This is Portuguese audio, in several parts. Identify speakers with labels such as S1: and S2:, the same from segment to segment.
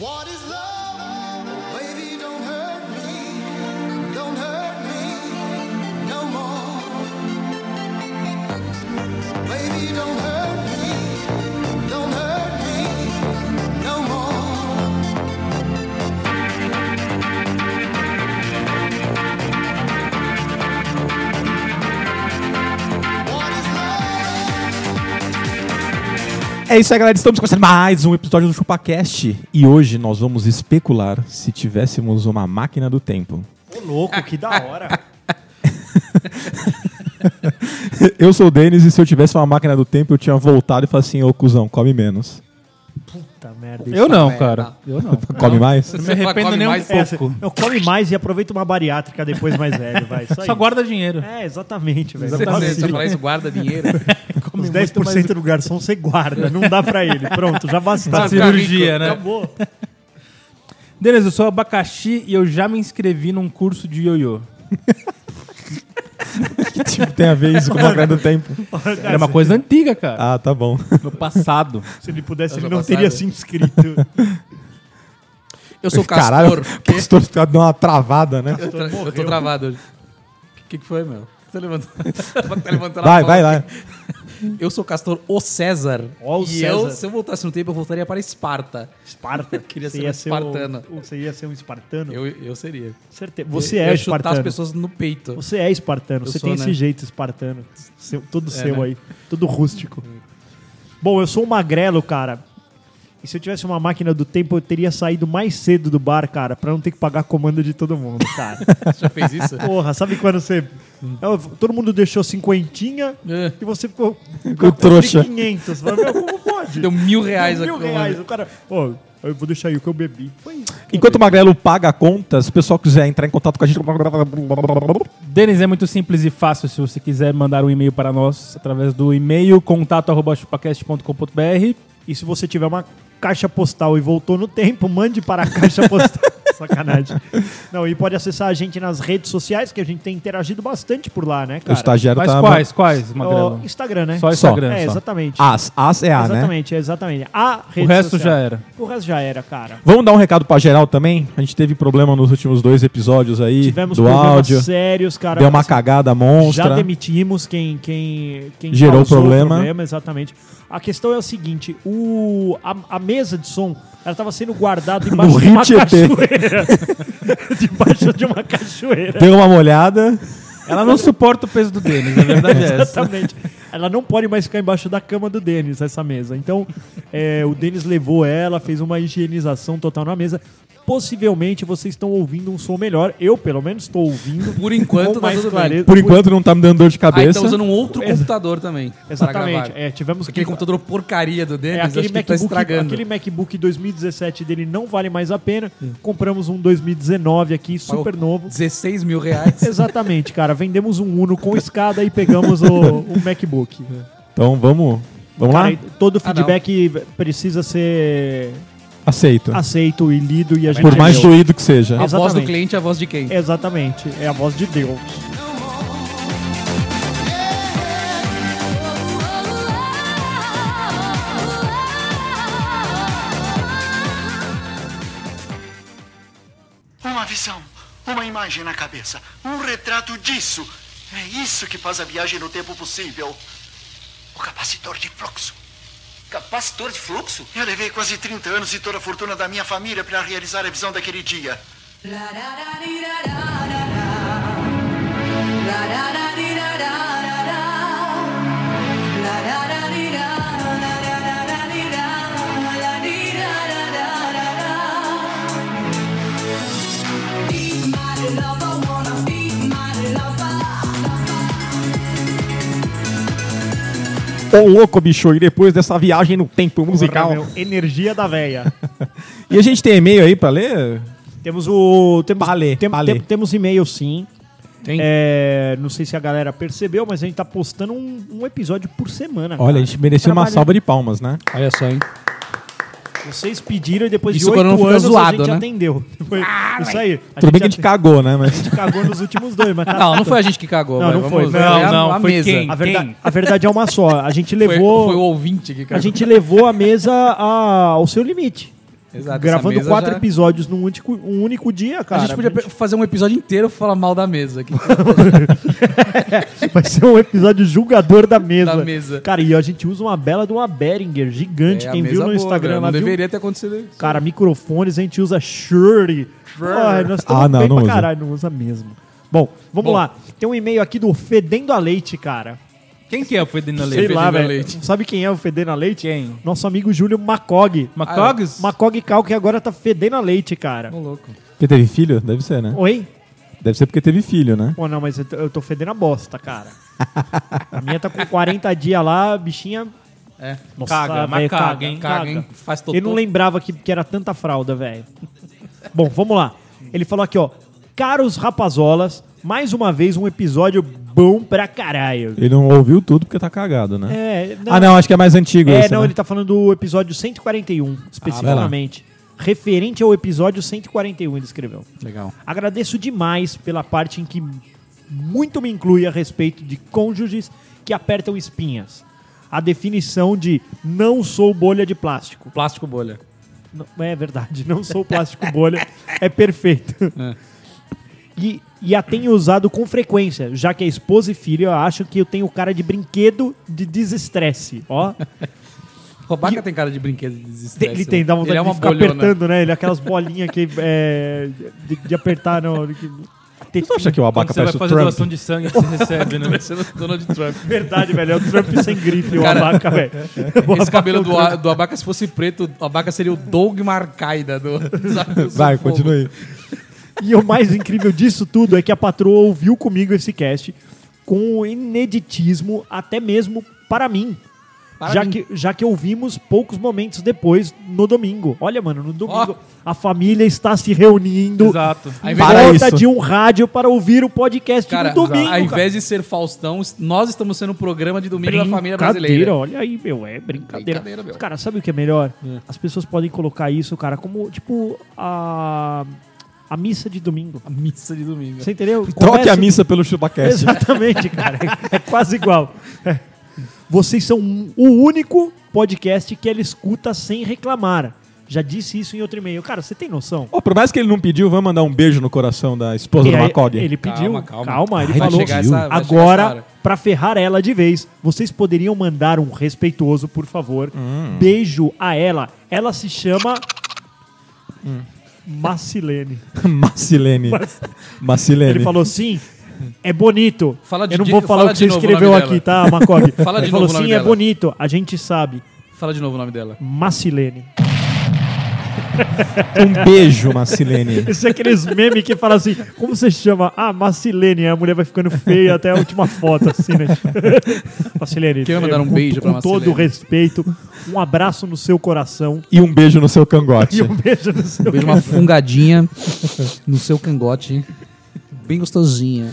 S1: What is love? Baby, don't hurt me. Don't hurt me no more. Baby, don't hurt me. Don't hurt me no more. What is love?
S2: É isso aí, galera. Estamos começando mais um episódio do ChupaCast. E hoje nós vamos especular se tivéssemos uma máquina do tempo.
S3: Ô, louco, que da hora.
S2: Eu sou o Denis e se eu tivesse uma máquina do tempo, eu tinha voltado e falado assim, ô cuzão, come menos.
S3: Puta merda.
S4: Eu não, cara. Eu não.
S2: Come mais?
S4: Não me arrependo
S5: come
S4: nem um
S5: mais
S3: É,
S4: pouco.
S3: eu come mais e aproveita uma bariátrica depois mais velho, vai. Isso aí.
S4: Só guarda dinheiro.
S3: É, exatamente, velho.
S5: Você,
S3: Exatamente.
S5: você falar isso, guarda dinheiro.
S3: Os 10% do garçom você guarda, não dá pra ele. Pronto, já
S4: Pra
S3: bastou.
S5: Sabe, cara?
S4: cirurgia, né?
S3: Acabou.
S4: Denis, eu sou abacaxi e eu já me inscrevi num curso de ioiô.
S2: Que tipo tem a ver isso com a máquina do tempo?
S4: Era uma coisa antiga, cara.
S2: Ah, tá bom.
S4: No passado.
S3: Se ele pudesse, ele
S5: Já
S3: não
S5: passaram.
S3: teria se inscrito.
S5: Eu sou
S2: Caralho,
S5: castor.
S2: o
S5: Quê?
S2: pastor fica- deu uma travada, né?
S5: Eu, tra- eu tô travado hoje. O que, que foi, meu? Você levantou, tá levantando a
S2: Vai,
S5: bola.
S2: vai lá.
S5: Eu sou castor o César.
S3: Ó, o
S5: e
S3: César.
S5: eu, se eu voltasse no tempo, eu voltaria para Esparta.
S3: Esparta.
S5: Queria
S3: Você
S5: ser
S3: ia
S5: um espartano.
S3: o- o- Você ia ser um espartano?
S5: Eu, eu seria.
S3: Certe- Você
S5: eu
S3: é
S5: ia chutar as
S3: espartano.
S5: pessoas no peito.
S3: Você é espartano,
S5: Eu
S3: você
S5: sou,
S3: tem esse
S5: né?
S3: jeito espartano, seu- todo seu
S5: né?
S3: aí, todo rústico. Bom, eu sou um magrelo, cara. E se eu tivesse uma máquina do tempo, eu teria saído mais cedo do bar, cara, pra não ter que pagar comando de todo mundo, cara.
S5: Já fez isso?
S3: Porra, sabe quando você. É, Todo mundo deixou cinquentinha
S5: É.
S3: e você ficou.
S2: O trouxa.
S3: 500. Você fala, meu, como pode?
S5: Deu mil reais
S3: Mil
S5: aqui,
S3: reais.
S5: mano.
S3: O cara. Ó, eu vou deixar aí o que eu bebi. Foi isso.
S2: Enquanto o Magrelo paga a conta, se o pessoal quiser entrar em contato com a gente...
S4: Denis, é muito simples e fácil se você quiser mandar um e-mail para nós através do e-mail contato.chupacast.com.br.
S3: E se você tiver uma caixa postal e voltou no tempo, mande para a caixa postal. Sacanagem. Não, e pode acessar a gente nas redes sociais, que a gente tem interagido bastante por lá, né,
S2: O
S3: cara?
S2: estagiário
S4: Mas
S2: tá...
S4: quais, quais,
S3: Ó,
S4: Magrelo?
S3: Instagram, né?
S4: Só
S3: É,
S4: Instagram, só. Ah,
S3: exatamente.
S2: As, as é a, né?
S3: exatamente, é exatamente. A rede
S4: O resto
S3: social.
S4: já era.
S3: O resto já era, cara.
S2: Vamos dar um recado pra geral também? A gente teve problema nos últimos dois episódios aí
S3: Tivemos
S2: do
S3: problemas
S2: áudio.
S3: sérios, cara.
S2: Deu uma
S3: Assim,
S2: cagada
S3: Já
S2: monstra.
S3: demitimos quem, quem, quem
S2: Gerou
S3: causou o
S2: problema.
S3: Exatamente. A questão é o seguinte: o, a, a mesa de som ela estava sendo guardada
S2: No
S3: embaixo de
S2: Rio
S3: uma
S2: Tietê.
S3: cachoeira. debaixo de uma cachoeira.
S2: Deu uma molhada.
S4: Ela não suporta o peso do Denis, na verdade é essa.
S3: Exatamente. Ela não pode mais ficar embaixo da cama do Denis, essa mesa. Então, é, o Denis levou ela, fez uma higienização total na mesa. Possivelmente vocês estão ouvindo um som melhor. Eu, pelo menos, estou ouvindo.
S5: Por enquanto,
S3: com
S5: tá
S3: mais
S5: tudo bem.
S3: clareza.
S2: Por enquanto não tá me dando dor de
S5: Aí
S2: cabeça.
S5: tá usando um outro
S3: Exa-
S5: computador também. pra
S3: Exatamente.
S5: gravar.
S3: É, tivemos
S5: Aquele
S3: que
S5: computador porcaria do Denis,
S3: É, aquele,
S5: acho que tá
S3: MacBook,
S5: estragando.
S3: aquele MacBook 2017 dele não vale mais a pena. Compramos um 2019 aqui,
S5: Pagou
S3: super novo.
S5: 16 mil reais.
S3: Exatamente, cara. Vendemos um Uno com escada e pegamos o, o MacBook.
S2: Então vamos, vamos lá?
S3: Cara, e todo
S5: Ah, não.
S3: feedback precisa ser
S2: Aceito.
S3: Ah, aceito e lido e a gente
S2: É. Por mais
S3: leu.
S2: doído que seja.
S3: Ah,
S5: A voz do
S3: exatamente.
S5: cliente é a voz de quem?
S3: Exatamente, é a voz de Deus.
S6: Uma visão, uma imagem na cabeça, um retrato disso. É isso que faz a viagem no tempo possível. O capacitor de fluxo.
S7: Capacitor de fluxo?
S6: Eu levei quase 30 anos e toda a fortuna da minha família para realizar a visão daquele dia.
S2: Ô louco, bicho, e depois dessa viagem no tempo musical.
S3: Porra, meu, energia da véia.
S2: E a gente tem e-mail aí pra ler?
S3: temos o. Temos,
S2: Palê,
S3: tem-
S2: palê.
S3: tem- temos e-mail sim.
S5: Tem?
S3: É, não sei se a galera percebeu, mas a gente tá postando um, um episódio por semana.
S2: Olha,
S3: cara.
S2: a gente merecia uma
S3: Trabalho.
S2: salva de palmas, né?
S5: Olha só, hein?
S3: Vocês pediram e depois
S5: Isso
S3: de
S5: quando não
S3: oito
S5: fica
S3: anos a
S5: zoado,
S3: gente
S5: né?
S3: atendeu. Foi isso aí. A
S2: Tudo bem
S3: gente
S2: que a gente
S3: atendeu.
S2: cagou, né? Mas...
S3: A gente cagou nos últimos dois, mas tá
S5: Não, não
S3: tudo.
S5: foi a gente que cagou.
S3: Não,
S5: vai,
S3: não
S5: vamos-
S3: foi.
S5: vai
S4: Não,
S5: a-
S4: não,
S5: a
S4: foi
S5: mesa.
S4: quem?
S3: A, verda- a verdade é uma só. A gente
S5: Foi,
S3: levou,
S5: foi o ouvinte que
S3: a
S5: cagou.
S3: gente levou a mesa a- ao seu limite.
S5: Exato, essa
S3: Gravando
S5: mesa
S3: quatro
S5: já-
S3: episódios num único, um único dia,
S5: A
S3: cara.
S5: gente podia pe- fazer um episódio inteiro e falar mal da mesa aqui.
S3: Vai ser um episódio julgador da mesa.
S5: Da mesa.
S3: Cara, e a gente usa uma bela de uma Behringer gigante.
S5: É, a
S3: Quem viu
S5: mesa
S3: no
S5: boa,
S3: Instagram
S5: velho.
S3: lá
S5: Não
S3: viu?
S5: deveria ter acontecido isso.
S3: Cara, microfones, a gente usa Shure. Porra, nós estamos
S2: Ah, não,
S3: bem
S2: não
S3: pra
S2: usa.
S3: caralho, não usa mesmo. Bom, vamos
S5: Bom.
S3: lá. Tem um e-mail aqui do Fedendo a Leite, cara.
S4: Quem que é o Fedendo
S3: Sei
S4: Leite?
S5: Fedendo
S3: lá,
S5: a
S3: velho.
S5: Leite.
S3: Sabe quem é o Fedendo a Leite?
S4: Quem?
S3: Nosso amigo Júlio Macog. Ah,
S4: Macogs?
S3: Macog Cal, que agora tá fedendo a leite, cara.
S5: Ô, louco.
S2: Porque teve filho? Deve ser, né?
S3: Oi?
S2: Deve ser porque teve filho, né?
S3: Pô, não, mas eu tô, eu tô fedendo a bosta, cara. a minha tá com 40 dias lá, a bichinha.
S5: É.
S3: Nossa,
S4: Caga, mas
S3: velho,
S4: caga, hein?
S5: Caga, hein? Faz totô.
S3: Eu não lembrava que, que era tanta fralda, velho. Bom, vamos lá. Ele falou aqui, ó. Caros rapazolas, mais uma vez um episódio bom pra caralho.
S2: Ele não ouviu tudo porque tá cagado, né?
S3: É,
S2: ah, não, acho que é mais antigo
S3: É,
S2: esse,
S3: não,
S2: né?
S3: ele tá falando do episódio 141, especificamente. Referente ao episódio 141, ele escreveu.
S5: Legal.
S3: Agradeço demais pela parte em que muito me inclui a respeito de cônjuges que apertam espinhas. A definição de não sou bolha de plástico.
S5: Plástico bolha.
S3: Não, é verdade, não sou plástico bolha. É perfeito.
S5: É.
S3: E, e a tenho usado com frequência, já que a esposa e filho acham que eu tenho cara de brinquedo de desestresse. Ó,
S5: Robaca tem cara de brinquedo de desestresse.
S3: ele tem, dá vontade
S5: Ele é
S3: de
S5: uma
S3: ficar
S5: bolhona.
S3: apertando, né? Ele é aquelas bolinhas que é, de, de apertar não, que,
S2: Você acha que o
S4: Quando
S2: abaca
S4: você vai
S2: parece o
S4: fazer
S2: Trump?
S4: doação de sangue, você recebe, né?
S5: Parecendo o Donald Trump.
S3: Verdade, velho. É o Trump sem grife, o
S5: Cara,
S3: abaca, velho.
S5: Esse cabelo do, a- do Abaca, se fosse preto, o Abaca seria o Doug Marcaida do sabe, do
S2: Vai,
S5: Sufoco.
S2: continua aí.
S3: E o mais incrível disso tudo é que a patroa ouviu comigo esse cast com ineditismo, até mesmo para mim.
S5: Para
S3: já,
S5: mim.
S3: Que, já que ouvimos poucos momentos depois, no domingo. Olha, mano, no domingo
S5: Ó.
S3: a família está se reunindo.
S4: Exato.
S5: Ao
S3: Em
S5: invés
S2: Para
S3: volta
S2: isso.
S3: de um rádio para ouvir o podcast
S5: Cara,
S3: no domingo.
S5: ao
S3: cara.
S5: invés de ser Faustão, nós estamos sendo um programa de domingo da
S3: Brincadeira,
S5: família brasileira.
S3: olha aí, meu, é brincadeira.
S5: Brincadeira, meu.
S3: Cara, sabe o que é melhor? As pessoas podem colocar isso, cara, como, tipo, a, a missa de domingo.
S5: A missa de domingo.
S3: Você entendeu?
S2: Troque
S3: Começa-
S2: a missa pelo ChupaCast.
S3: Exatamente, cara. É quase igual. É. Vocês são um- o único podcast que ela escuta sem reclamar. Já disse isso em outro e-mail. Cara, você tem noção?
S2: Ô, por mais que ele não pediu, vamos mandar um beijo no coração da esposa
S3: E
S2: do
S3: aí,
S2: Macog.
S3: Ele pediu, calma,
S5: Calma, calma.
S3: ele
S2: Ai,
S5: Vai
S3: falou. assim,
S5: chegar essa, vai chegar essa
S3: Agora,
S5: hora.
S3: pra ferrar ela de vez, vocês poderiam mandar um respeitoso, por favor. Beijo a ela. Ela se chama. Macilene.
S2: Macilene. Macilene.
S3: Ele falou sim. É bonito.
S5: Fala de-
S3: Eu não
S5: de-
S3: vou falar
S5: fala
S3: o que você
S5: de novo o
S3: escreveu
S5: nome
S3: aqui, tá, Macog?
S5: Fala de
S3: Ele
S5: novo
S3: falou
S5: o nome
S3: sim, é
S5: dela."
S3: bonito. A gente sabe.
S5: Fala de novo o nome dela.
S3: Macilene.
S2: Um beijo, Macilene.
S3: Esse é aqueles memes que fala assim, como você chama? Ah, Macilene. Aí a mulher vai ficando feia até a última foto, assim, né? Macilene.
S5: Quer mandar
S3: eh,
S5: um
S3: com-
S5: beijo pra
S3: Com todo
S5: Macilene?
S3: respeito, um abraço no seu coração
S2: E um beijo no seu cangote.
S3: e um beijo no seu...
S5: Vejo uma fungadinha no seu cangote. Bem gostosinha.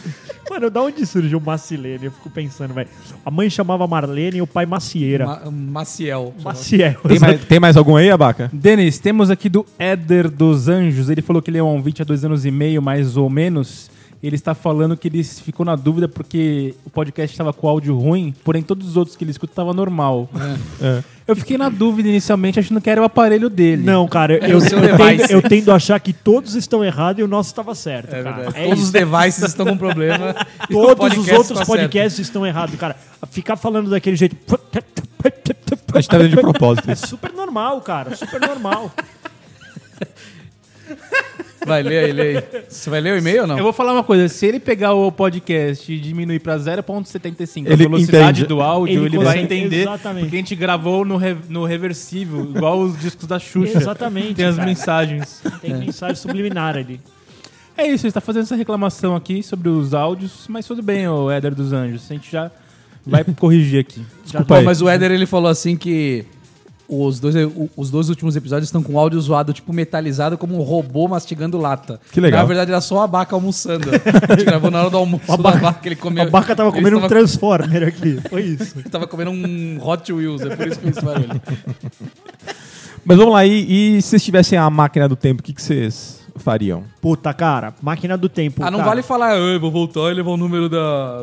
S3: Mano, da onde surgiu Macilene? Eu fico pensando, velho. A mãe chamava Marlene e o pai Macieira.
S5: Ma Maciel.
S3: Maciel.
S2: Tem mais, tem mais algum aí, Abaca?
S4: Denis, temos aqui do Éder dos Anjos. Ele falou que ele é um ouvinte há dois anos e meio, mais ou menos. Ele está falando que ele ficou na dúvida porque o podcast estava com áudio ruim, porém todos os outros que ele escuta estavam normal. É. Eu fiquei na dúvida inicialmente, achando que era o aparelho dele.
S3: Não, cara,
S8: É
S3: eu, eu,
S5: o seu
S3: tendo,
S5: device.
S3: eu tendo a achar que todos estão errados e o nosso estava certo,
S5: É
S3: cara.
S5: verdade.
S3: É
S5: Todos
S3: isso.
S5: os devices estão com problema. e o
S3: Todos os
S5: podcast
S3: outros
S5: tá certo.
S3: podcasts estão errados, cara. Ficar falando daquele jeito.
S2: A gente tá vendo de propósito.
S3: É super normal, cara. Super normal.
S5: Vai, lê aí, lê aí. Você vai ler o e-mail ou não?
S4: Eu vou falar uma coisa, se ele pegar o podcast e diminuir pra 0.75 a
S2: Ele
S4: velocidade
S2: entende.
S4: do áudio,
S3: Ele
S4: ele, vai
S3: consegue-
S4: entender
S3: Exatamente.
S4: porque a gente gravou no, re- no reversível, igual os discos da Xuxa.
S3: Exatamente,
S4: Tem as
S3: cara.
S4: mensagens.
S3: Tem
S8: É.
S3: mensagem subliminar ali.
S4: É isso, ele está fazendo essa reclamação aqui sobre os áudios, mas tudo bem, o Éder dos Anjos. A gente já vai corrigir aqui.
S2: Desculpa
S5: Bom,
S2: aí.
S3: é.
S5: mas o Éder ele falou assim que os dois, o- os dois últimos episódios estão com áudio zoado, tipo metalizado, como um robô mastigando lata.
S2: Que legal.
S5: Na verdade era só a abaca almoçando. A gente gravou na hora do almoço da abaca, ele comeu.
S3: A Baca tava
S5: ele
S3: comendo um
S5: tava-
S3: Transformer aqui. Foi isso.
S5: Ele tava comendo um Hot Wheels, é por isso que eu fiz barulho.
S2: Mas vamos lá, e, e se vocês tivessem a máquina do tempo, o que, que vocês fariam?
S3: Puta, cara, máquina do tempo.
S8: Ah, não
S3: cara.
S8: vale falar, "Ah, eu vou voltar e levar o número da.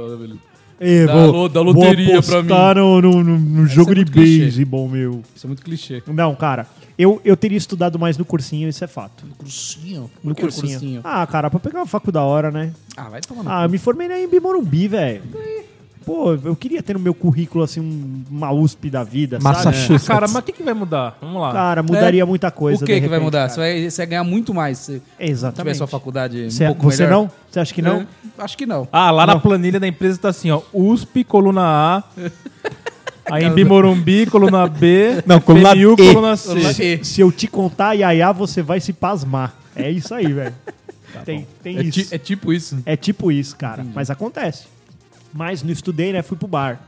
S3: É,
S8: Da
S3: vou,
S8: lo- da
S3: vou
S8: loteria pra
S3: apostar No, no, no- no jogo
S8: é
S3: de
S8: muito clichê.
S3: beisebol, meu.
S8: Isso é muito clichê.
S3: Não, cara, eu, eu teria estudado mais no cursinho, isso é fato.
S5: um Cursinho?
S3: No
S5: Por que
S3: cursinho. Ah, cara, pra pegar uma facu da hora, né?
S5: Ah, vai tomar no
S3: Ah, eu me formei na Embi Morumbi, velho. Pô, eu queria ter no meu currículo, assim, um- uma USP da vida, sabe?
S2: Massachusetts.
S4: tá- Cara, mas o que, que vai mudar? Vamos lá.
S3: Cara, mudaria muita coisa.
S5: É. o
S3: de
S5: que, que vai
S3: repente,
S5: mudar?
S3: cara.
S5: Você vai, você vai ganhar muito mais se tiver
S3: Exatamente.
S5: sua faculdade um
S3: Cê-
S5: pouco
S3: você
S5: melhor.
S3: não? Você acha que não?
S5: É, acho que não.
S4: Ah, lá na planilha da empresa tá assim, ó. USP, coluna A. Aí em Bimorumbi, coluna B.
S2: Não, coluna
S4: FMU,
S2: E.
S4: coluna
S3: Ah,
S4: C.
S5: E-
S3: Se eu te contar, Yaya, você vai se pasmar. É isso aí, velho.
S5: Tá
S3: tem tem
S8: É, ti-
S3: isso.
S8: é tipo isso.
S3: É tipo isso, cara. Mas acontece. Mas não estudei, né? Fui pro bar.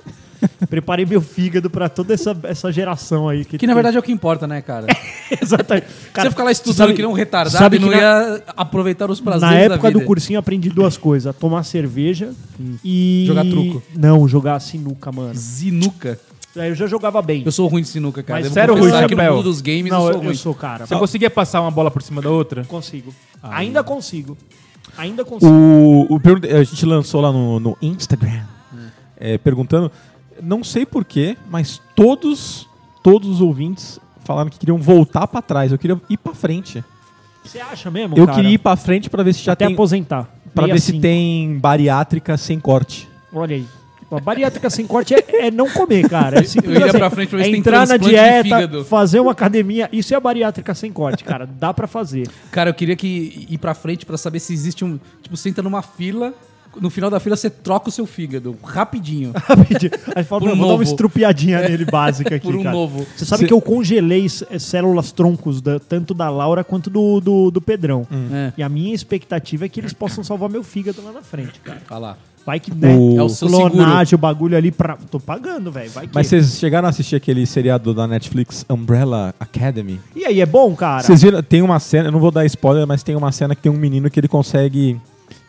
S3: Preparei meu fígado pra toda essa, essa geração aí.
S5: Que na verdade é o que importa, né, cara?
S3: Exatamente.
S5: você ficar lá estudando
S3: sabe-
S5: que nem um retardado
S3: sabe
S5: e não
S3: que na-
S5: ia aproveitar os prazeres
S3: Na
S5: da
S3: época
S5: vida. Hum.
S3: do cursinho eu aprendi duas coisas: tomar cerveja e.
S5: Jogar truco.
S3: Não, jogar sinuca, mano.
S5: Zinuca.
S3: Aí eu já jogava bem.
S5: Eu sou ruim de sinuca, cara.
S3: Mas
S5: Devo
S4: sério,
S5: confessar
S4: Rui
S5: que
S4: Chapéu?
S5: no mundo dos games
S3: não,
S5: eu
S3: eu,
S5: sou ruim.
S3: eu sou, cara.
S4: Você conseguia passar uma bola por cima da outra?
S3: Consigo.
S5: Ah,
S3: Ainda consigo. Ainda consigo.
S2: O, o pergun- a gente lançou lá no, no Instagram, é, perguntando, não sei porquê, mas todos, todos os ouvintes falaram que queriam voltar pra trás. Eu queria ir pra frente.
S3: Você acha mesmo?
S2: Eu
S3: cara?
S2: queria ir pra frente pra ver se já
S3: até
S2: tem,
S3: aposentar.
S2: para ver se
S3: 65.
S2: tem bariátrica sem corte.
S3: Olha aí. A bariátrica sem corte é, é não comer, cara. É simples
S5: Eu ia
S3: assim.
S5: pra frente pra ver
S3: é
S5: se tem
S3: entrar na
S5: transplante de
S3: dieta,
S5: fígado.
S3: fazer uma academia. Isso é a bariátrica sem corte, cara. Dá pra fazer.
S5: Cara, eu queria que ir pra frente pra saber se existe um. Tipo, você entra numa fila, no final da fila você troca o seu fígado rapidinho.
S3: Aí fala,
S5: Por
S3: "Não, vou
S5: um
S3: dar uma
S5: novo.
S3: estrupiadinha nele básica aqui,
S5: Por um
S3: cara."
S5: novo.
S3: Você sabe que eu congelei c- eh, células troncos da- tanto da Laura quanto do, do, do Pedrão.
S5: É.
S3: E a minha expectativa é que eles possam salvar meu fígado lá na frente, cara.
S5: Olha lá.
S3: Vai que, né?
S2: O-
S5: É o seu
S3: clonagem, o bagulho ali pra... Tô pagando, velho. Vai que...
S2: Mas vocês chegaram a assistir aquele seriado da Netflix, Umbrella Academy?
S3: E aí, é bom, cara?
S2: Vocês viram, tem uma cena, eu não vou dar spoiler, mas tem uma cena que tem um menino que ele consegue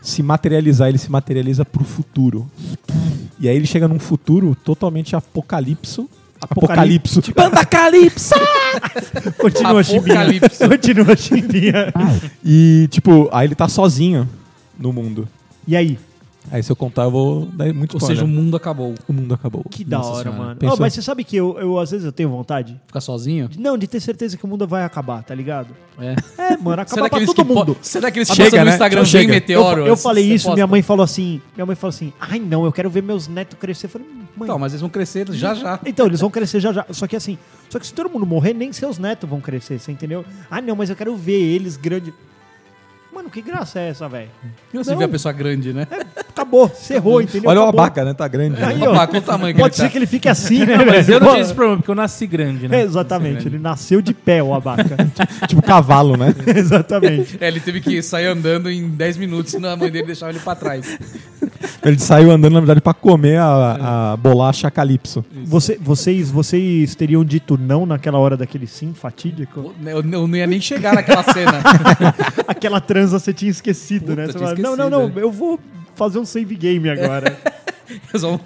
S2: se materializar, ele se materializa pro futuro. E aí ele chega num futuro totalmente apocalipso. Apocalipso.
S5: tipo
S2: Apocalipso!
S3: Continua, Chibinha.
S5: Apocalipse.
S3: Continua, Chibinha.
S2: e, tipo, aí ele tá sozinho no mundo.
S3: E aí?
S2: Aí se eu contar, eu vou dar muito
S5: Ou
S3: né?
S2: spoiler.
S5: seja, o mundo acabou.
S2: o mundo acabou.
S3: Que da
S5: Nossa
S3: hora,
S5: senhora.
S3: mano.
S2: Pensou?
S3: Ó, mas você sabe que eu, eu, às vezes, eu tenho vontade?
S5: Ficar sozinho?
S3: de- Não, de ter certeza que o mundo vai acabar, tá ligado?
S5: É.
S3: É, mano,
S5: Será
S3: acaba
S5: que
S3: pra
S5: eles
S3: todo mundo.
S5: Será que eles
S2: Chega,
S5: postam no
S2: né?
S5: Instagram
S2: Chega.
S5: vem meteoro?
S3: eu, eu falei
S5: Você
S3: isso,
S5: posta?
S3: minha mãe falou assim. Minha mãe falou assim: ai não, eu quero ver meus netos crescer. Eu falei, mãe.
S5: Não, Então, mas eles vão crescer já já.
S3: Então, eles vão crescer já já. Só que assim, só que se todo mundo morrer, nem seus netos vão crescer, você entendeu? Ah, não, mas eu quero ver eles grandes. Mano, que graça é essa, velho?
S5: Você
S3: Não.
S5: vê a pessoa grande, né?
S3: Acabou, cerrou, entendeu?
S2: Olha o
S3: Acabou.
S2: abaca, né? Tá grande. né?
S3: Aí, ó,
S5: Opa, qual o tamanho que
S3: Pode
S5: ele
S3: ser
S5: tá?
S3: que ele fique assim, né?
S4: Mas eu não
S3: velho?
S4: tinha esse problema, porque eu nasci grande,
S3: É,
S4: né?
S3: Exatamente, ele nasceu de pé, o abaca.
S2: tipo cavalo, né?
S3: Exatamente.
S5: É, ele teve que sair andando em 10 minutos, senão a mãe dele deixava ele pra trás.
S2: Ele saiu andando, na verdade, pra comer a, a bolacha calypso.
S3: Você- vocês, vocês teriam dito não naquela hora daquele sim fatídico?
S5: Eu, eu não ia nem chegar naquela cena.
S3: Aquela transa você tinha esquecido, né?
S5: Puta,
S3: Você
S5: tinha
S3: fala, não, não,
S5: esquecido.
S3: não, eu vou fazer um save game agora.
S5: Só um,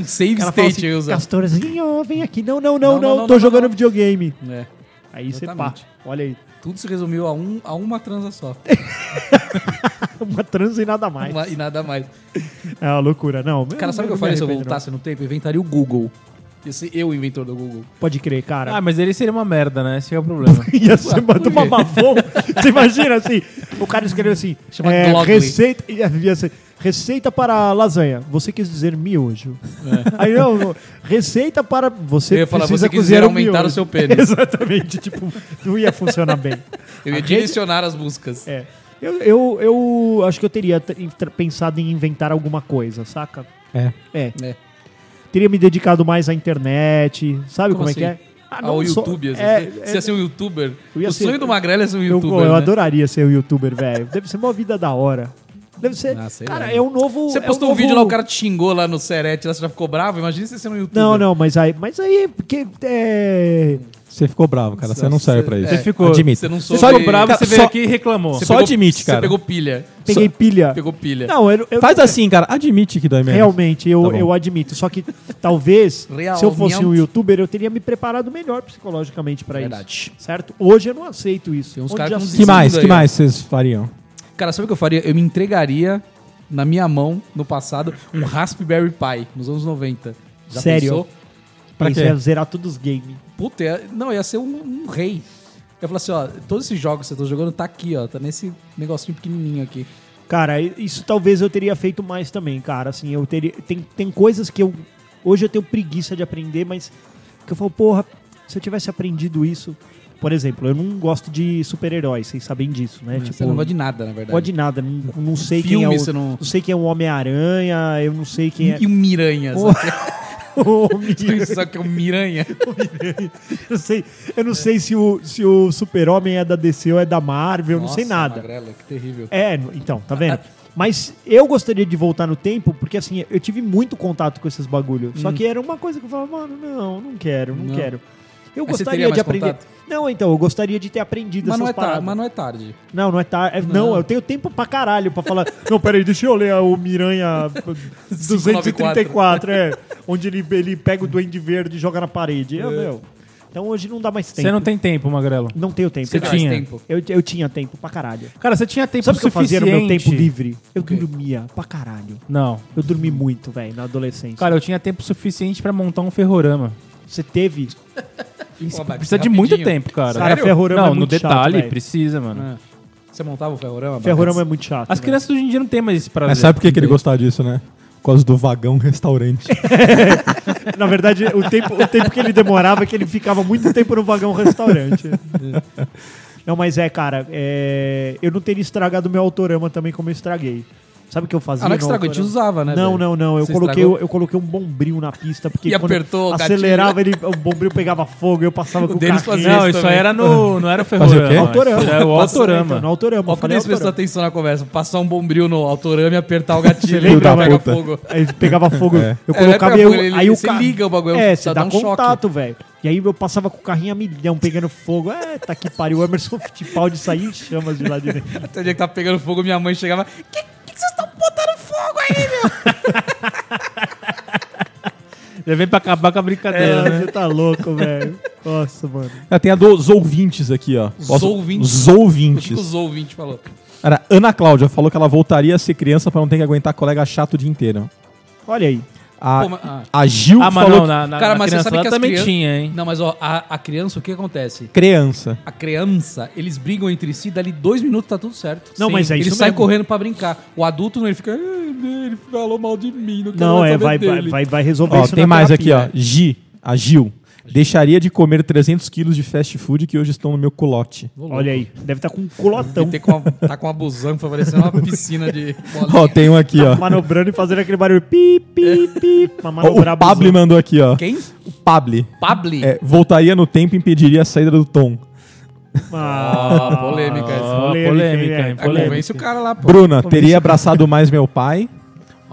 S5: um save
S3: O cara fala
S5: state
S3: assim,
S5: aí usa.
S3: Castorzinho, vem aqui. Não, não, não, não,
S5: Não, não, não,
S3: tô
S5: não,
S3: jogando
S5: não.
S3: videogame.
S5: É.
S3: Aí você pá.
S5: Exatamente.
S3: Olha aí,
S5: Tudo se resumiu a, um, a uma transa só.
S3: uma transa e nada mais.
S5: Uma- e nada mais.
S3: É uma loucura, não.
S5: Cara, sabe o que eu falei se eu voltasse no tempo? Eu inventaria o Google. Ia ser eu o inventor do Google.
S3: Pode crer, cara.
S4: Ah, mas ele seria uma merda, né? Esse é o problema.
S3: Ia ser uma
S5: por
S3: uma
S5: quê?
S3: mavão. Você imagina assim? O cara escreveu assim:
S5: Chama
S3: é,
S5: Glogly.
S3: receita, ia- ia ser, receita para lasanha. Você quis dizer miojo. Aí não, não, receita para. Você
S5: É. Eu ia falar,
S3: precisa
S5: você quis
S3: cozinhar
S5: dizer
S3: um
S5: aumentar
S3: miojo.
S5: o seu pênis.
S3: Exatamente. Tipo, não ia funcionar bem.
S5: Eu
S3: A
S5: ia
S3: rede-
S5: direcionar as buscas.
S3: É. Eu, eu, eu acho que eu teria t- tra- pensado em inventar alguma coisa, saca?
S2: É.
S3: É.
S5: É.
S3: Teria me dedicado mais à internet, sabe como,
S5: Como
S3: é que é?
S5: assim?
S3: Ah,
S5: ao
S3: só-
S5: YouTube. às
S3: é,
S5: vezes.
S3: é,
S5: Você ia ser um youtuber.
S3: Eu ia
S5: O
S3: ser-
S5: sonho do Magrelo é ser um
S3: eu,
S5: youtuber.
S3: eu
S5: né?
S3: adoraria ser um youtuber, velho. Deve ser uma vida da hora. Deve ser.
S5: Ah, sei
S3: cara,
S5: lá.
S3: é um novo.
S5: Você
S3: é
S5: postou
S3: um
S5: um
S3: novo-
S5: vídeo lá, o cara é te xingou lá no Serete, lá você já ficou bravo. Imagina você sendo um youtuber.
S3: Não, não, mas aí. Mas aí. Porque, é,
S2: Você ficou bravo, cara. Você não serve pra isso.
S4: Você ficou-
S2: Admite.
S5: você não
S4: Você
S5: soube-
S4: ficou
S2: Só-
S4: bravo,
S2: cara,
S4: você veio
S2: só-
S4: aqui e reclamou.
S2: Só admite, cara.
S5: Você pegou pilha.
S3: Peguei pilha.
S5: Pegou pilha.
S3: Não, eu, eu-
S2: Faz assim, cara. Admite que dói menos.
S3: Realmente, eu,
S2: Tá bom.
S3: eu admito. Só que talvez, se eu fosse um
S5: Realmente.
S3: youtuber, eu teria me preparado melhor psicologicamente pra
S5: Verdade.
S3: isso. Certo? Hoje eu não aceito isso.
S5: Tem uns
S3: Onde
S5: caras
S3: já
S5: com
S3: se-
S2: Que mais?
S5: Isso
S2: Que
S5: daí, ó.
S2: mais vocês fariam?
S5: Cara, sabe o que eu faria? Eu me entregaria na minha mão, no passado, um Raspberry Pi, nos anos 90. Já
S3: Sério?
S5: pensou?
S2: Pra
S3: Isso
S2: quê?
S3: é zerar todos os games.
S5: Puta, ia- não, ia ser um, um rei. Eu ia falar assim, ó, todos esses jogos que você tá jogando tá aqui, ó, tá nesse negocinho pequenininho aqui. Tipo,
S3: Cara, isso talvez eu teria feito mais também, cara. Assim, eu teria. Tem, tem coisas que eu. Hoje eu tenho preguiça de aprender, mas. Que eu falo, porra, se eu tivesse aprendido isso. Por exemplo, eu não gosto de super-heróis, vocês sabem disso, né?
S5: É, Você não gosta de nada, na verdade.
S3: Pode nada, não, não sei
S5: Filme,
S3: quem é
S5: você
S3: o,
S5: não-
S3: não... sei quem é o Homem-Aranha, eu não sei quem é
S5: E um Miranha, sabe?
S3: o Homem-
S5: Só que é um Miranha.
S3: eu não sei, eu não sei se o se o Super-Homem é da DC ou é da Marvel, eu não sei
S5: Nossa,
S3: nada.
S5: Magrela, que terrível.
S3: É, no- então, tá vendo? Mas eu gostaria de voltar no tempo, porque assim, eu tive muito contato com esses bagulho. Só que era uma coisa que eu falava, mano, não, não quero, não,
S5: Hum. Não.
S3: quero. Eu
S5: Mas você
S3: gostaria
S5: teria
S3: de
S5: mais
S3: aprender.
S5: contato?
S3: Não, então, eu gostaria de ter aprendido
S5: Mas não,
S3: essas
S5: é
S3: paradas.
S5: tarde, mas não é tarde.
S3: Não, não é tarde. É, Não. eu tenho tempo pra caralho pra falar. não, peraí, deixa eu ler o Miranha 234, é. Onde ele, ele pega o Duende Verde e joga na parede.
S5: É.
S3: Eu, meu. Então hoje não dá mais tempo.
S4: Você não tem tempo, Magrelo.
S3: Não tenho tempo.
S4: Você
S3: cara.
S4: tinha.
S5: tempo.
S3: Eu, eu tinha tempo pra caralho.
S4: Cara, você tinha tempo
S3: Sabe o que eu fazia
S4: suficiente.
S3: no meu tempo livre? Eu
S5: quê?
S3: dormia pra caralho.
S4: Não.
S3: Eu dormi muito, velho, na adolescência.
S4: Cara, eu tinha tempo suficiente pra montar um ferrorama.
S3: Você teve.
S5: Pô, Max,
S4: Precisa de
S5: rapidinho. É,
S4: muito tempo, cara.
S3: Cara, ferrorama
S4: não,
S3: é
S4: no
S3: muito chato,
S4: detalhe,
S3: velho.
S4: precisa, mano.
S5: Você montava o Ferrorama?
S3: Ferrorama é muito chato.
S4: As
S3: velho.
S4: crianças hoje em dia não tem mais esse prazer.
S2: Mas sabe por que, que ele gostava disso, né? Por causa do vagão restaurante.
S3: Na verdade, o tempo, o tempo que ele demorava é que ele ficava muito tempo no vagão restaurante. Não, mas é, cara, é, eu não teria estragado meu autorama também como eu estraguei. Sabe o que eu fazia?
S5: Ah, não é que
S3: no
S5: estragou, a gente
S3: Autorama?
S5: usava, né?
S3: Não,
S5: velho?
S3: não, não. Eu
S5: Você
S3: coloquei,
S5: estragou?
S3: eu, eu coloquei um bombril na pista, porque
S5: E
S3: quando
S5: apertou o gatilho.
S3: acelerava, ele, o bombril pegava fogo, eu passava com o
S5: Denis
S3: carrinho.
S5: fazia
S4: Não, isso
S5: Também.
S4: aí era no. Não era o
S2: Fazia o quê?
S4: ferrorama.
S3: Autorama.
S4: Era o
S3: Passou,
S4: autorama.
S3: então, No autorama.
S5: Ó,
S3: eu
S5: quando
S3: falei
S5: eles prestou
S3: autorama.
S5: atenção na conversa, passar um bombril no autorama e apertar o
S3: Você
S5: gatilho
S3: lembra,
S5: e pega
S2: da puta?
S5: fogo.
S3: Aí pegava fogo.
S2: É.
S3: Eu
S5: É,
S3: colocava.
S5: pega
S3: eu-
S5: fogo, ele-
S3: aí o
S5: você
S3: ca-
S5: liga o bagulho,
S3: É,
S5: só
S3: você
S5: dá
S3: dá
S5: um
S3: contato, velho. E aí eu passava com o carrinho a milhão, pegando fogo. É, tá que pariu. O Emerson Fittipaldi saía em chamas de lá de dentro.
S5: Até o dia que tava pegando fogo, minha mãe chegava. Que que vocês estão botando fogo aí, meu?
S4: Já vem pra acabar com a brincadeira,
S3: É,
S4: né?
S3: você tá louco, velho. Nossa, mano.
S2: Ah, Tem a dos ouvintes aqui, ó.
S5: ouvintes?
S2: Os
S5: O que que
S2: ouvintes.
S5: os ouvintes falou?
S2: Era Ana Cláudia falou que ela voltaria a ser criança pra não ter que aguentar colega chato o dia inteiro.
S3: Olha aí.
S2: A,
S5: Pô, mas- ah.
S2: a Gil
S4: Ah, mas
S2: falou
S4: não,
S2: que-
S4: na, na,
S5: Cara,
S4: na
S5: mas você
S4: criança
S5: sabe
S4: lá
S5: que as
S4: também
S5: crian-
S4: tinha, hein?
S5: Não, mas ó, a, a criança, o que acontece?
S2: é criança.
S5: A criança, eles brigam entre si, dali dois minutos tá tudo certo.
S3: Não, mas é
S5: Ele
S3: isso
S5: sai
S3: mesmo.
S5: correndo pra brincar. O adulto não, ele fica. "Ah, Ele falou mal de mim, não quero
S3: Não,
S5: mais
S3: é,
S5: saber
S3: vai, vai,
S5: dele."
S3: vai, vai resolver
S2: Ó,
S3: isso
S2: tem
S3: na
S2: mais
S3: terapia.
S2: aqui, ó. Gi, a Gil. Deixaria de comer 300 quilos de fast food que hoje estão no meu culote.
S3: Olha aí. Deve estar com um colotão.
S5: Tem com uma, tá com uma busanfa parecendo uma piscina de bolinha.
S2: Ó, tem um aqui, ó.
S3: Manobrando e fazendo aquele barulho. Pi, pi, pi. Pra
S2: Ó,
S3: manobrar
S2: O Pabli
S3: abusando.
S2: mandou aqui, ó.
S5: Quem?
S2: O Pabli.
S5: Pabli?
S2: É, voltaria no tempo e impediria a saída do Tom.
S3: Ah,
S5: Ah, polêmica. essa.
S4: Ó,
S3: polêmica,
S4: polêmica,
S3: hein,
S4: hein?
S3: velho?
S5: Ah,
S4: Polêmica.
S5: Convence o cara lá, pô.
S2: Bruna, teria abraçado mais meu pai.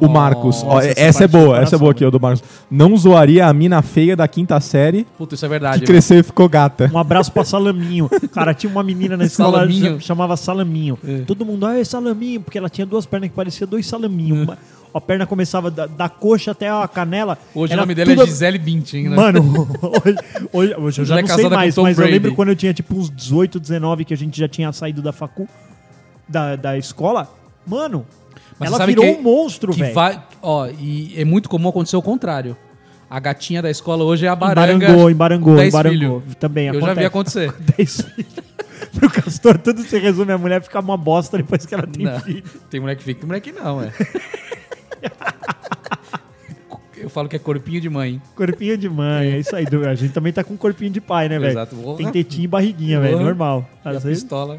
S2: O Marcos, ó,
S3: Nossa,
S2: essa é
S3: parte do
S2: boa, essa é
S3: coração,
S2: boa aqui,
S3: né?
S2: o do Marcos. Não zoaria a mina feia da quinta série
S5: Puta, isso é
S3: Ah,
S2: que
S5: verdade.
S2: cresceu e ficou gata.
S3: Um abraço pra Salaminho. Cara, tinha uma menina na escola
S5: Salaminho?
S3: cha- chamava Salaminho. Todo mundo, ah, é Salaminho, porque ela tinha duas pernas que pareciam dois salaminhos.
S5: É.
S3: Uma- A perna começava da, da coxa até a canela.
S5: Hoje
S3: Era
S5: o nome dela
S3: tudo-
S5: é Gisele Bündchen, né?
S3: Mano, hoje, hoje- hoje eu
S5: Ela
S3: já
S5: é
S3: não
S5: casada
S3: sei
S5: com
S3: mais,
S5: Tom
S3: mas
S5: Brady.
S3: eu lembro quando eu tinha tipo uns 18, 19, que a gente já tinha saído da facu, da, da escola. Mano,
S5: Mas você
S3: ela
S5: sabe
S3: virou
S5: que-
S3: um monstro,
S5: que
S3: velho.
S5: vai, ó, e é muito comum acontecer o contrário. A gatinha da escola hoje é a baranga.
S3: Embarangou, embarangou,
S5: com 10
S3: embarangou.
S5: filhos.
S3: Também
S5: Eu já
S3: acontece.
S5: vi acontecer.
S3: 10 filhos. Pro Castor, tudo se resume a mulher ficar uma bosta depois que ela tem
S5: Não.
S3: filho.
S5: Tem moleque que fica, tem moleque que não, é. Eu falo que é corpinho de mãe.
S3: Corpinho de mãe, é isso aí. A gente também tá com corpinho de pai, né, velho?
S5: Exato.
S3: Tem tetinho e barriguinha, velho.
S5: Porra.
S3: Normal.
S5: E a
S3: Às vezes.
S5: pistola.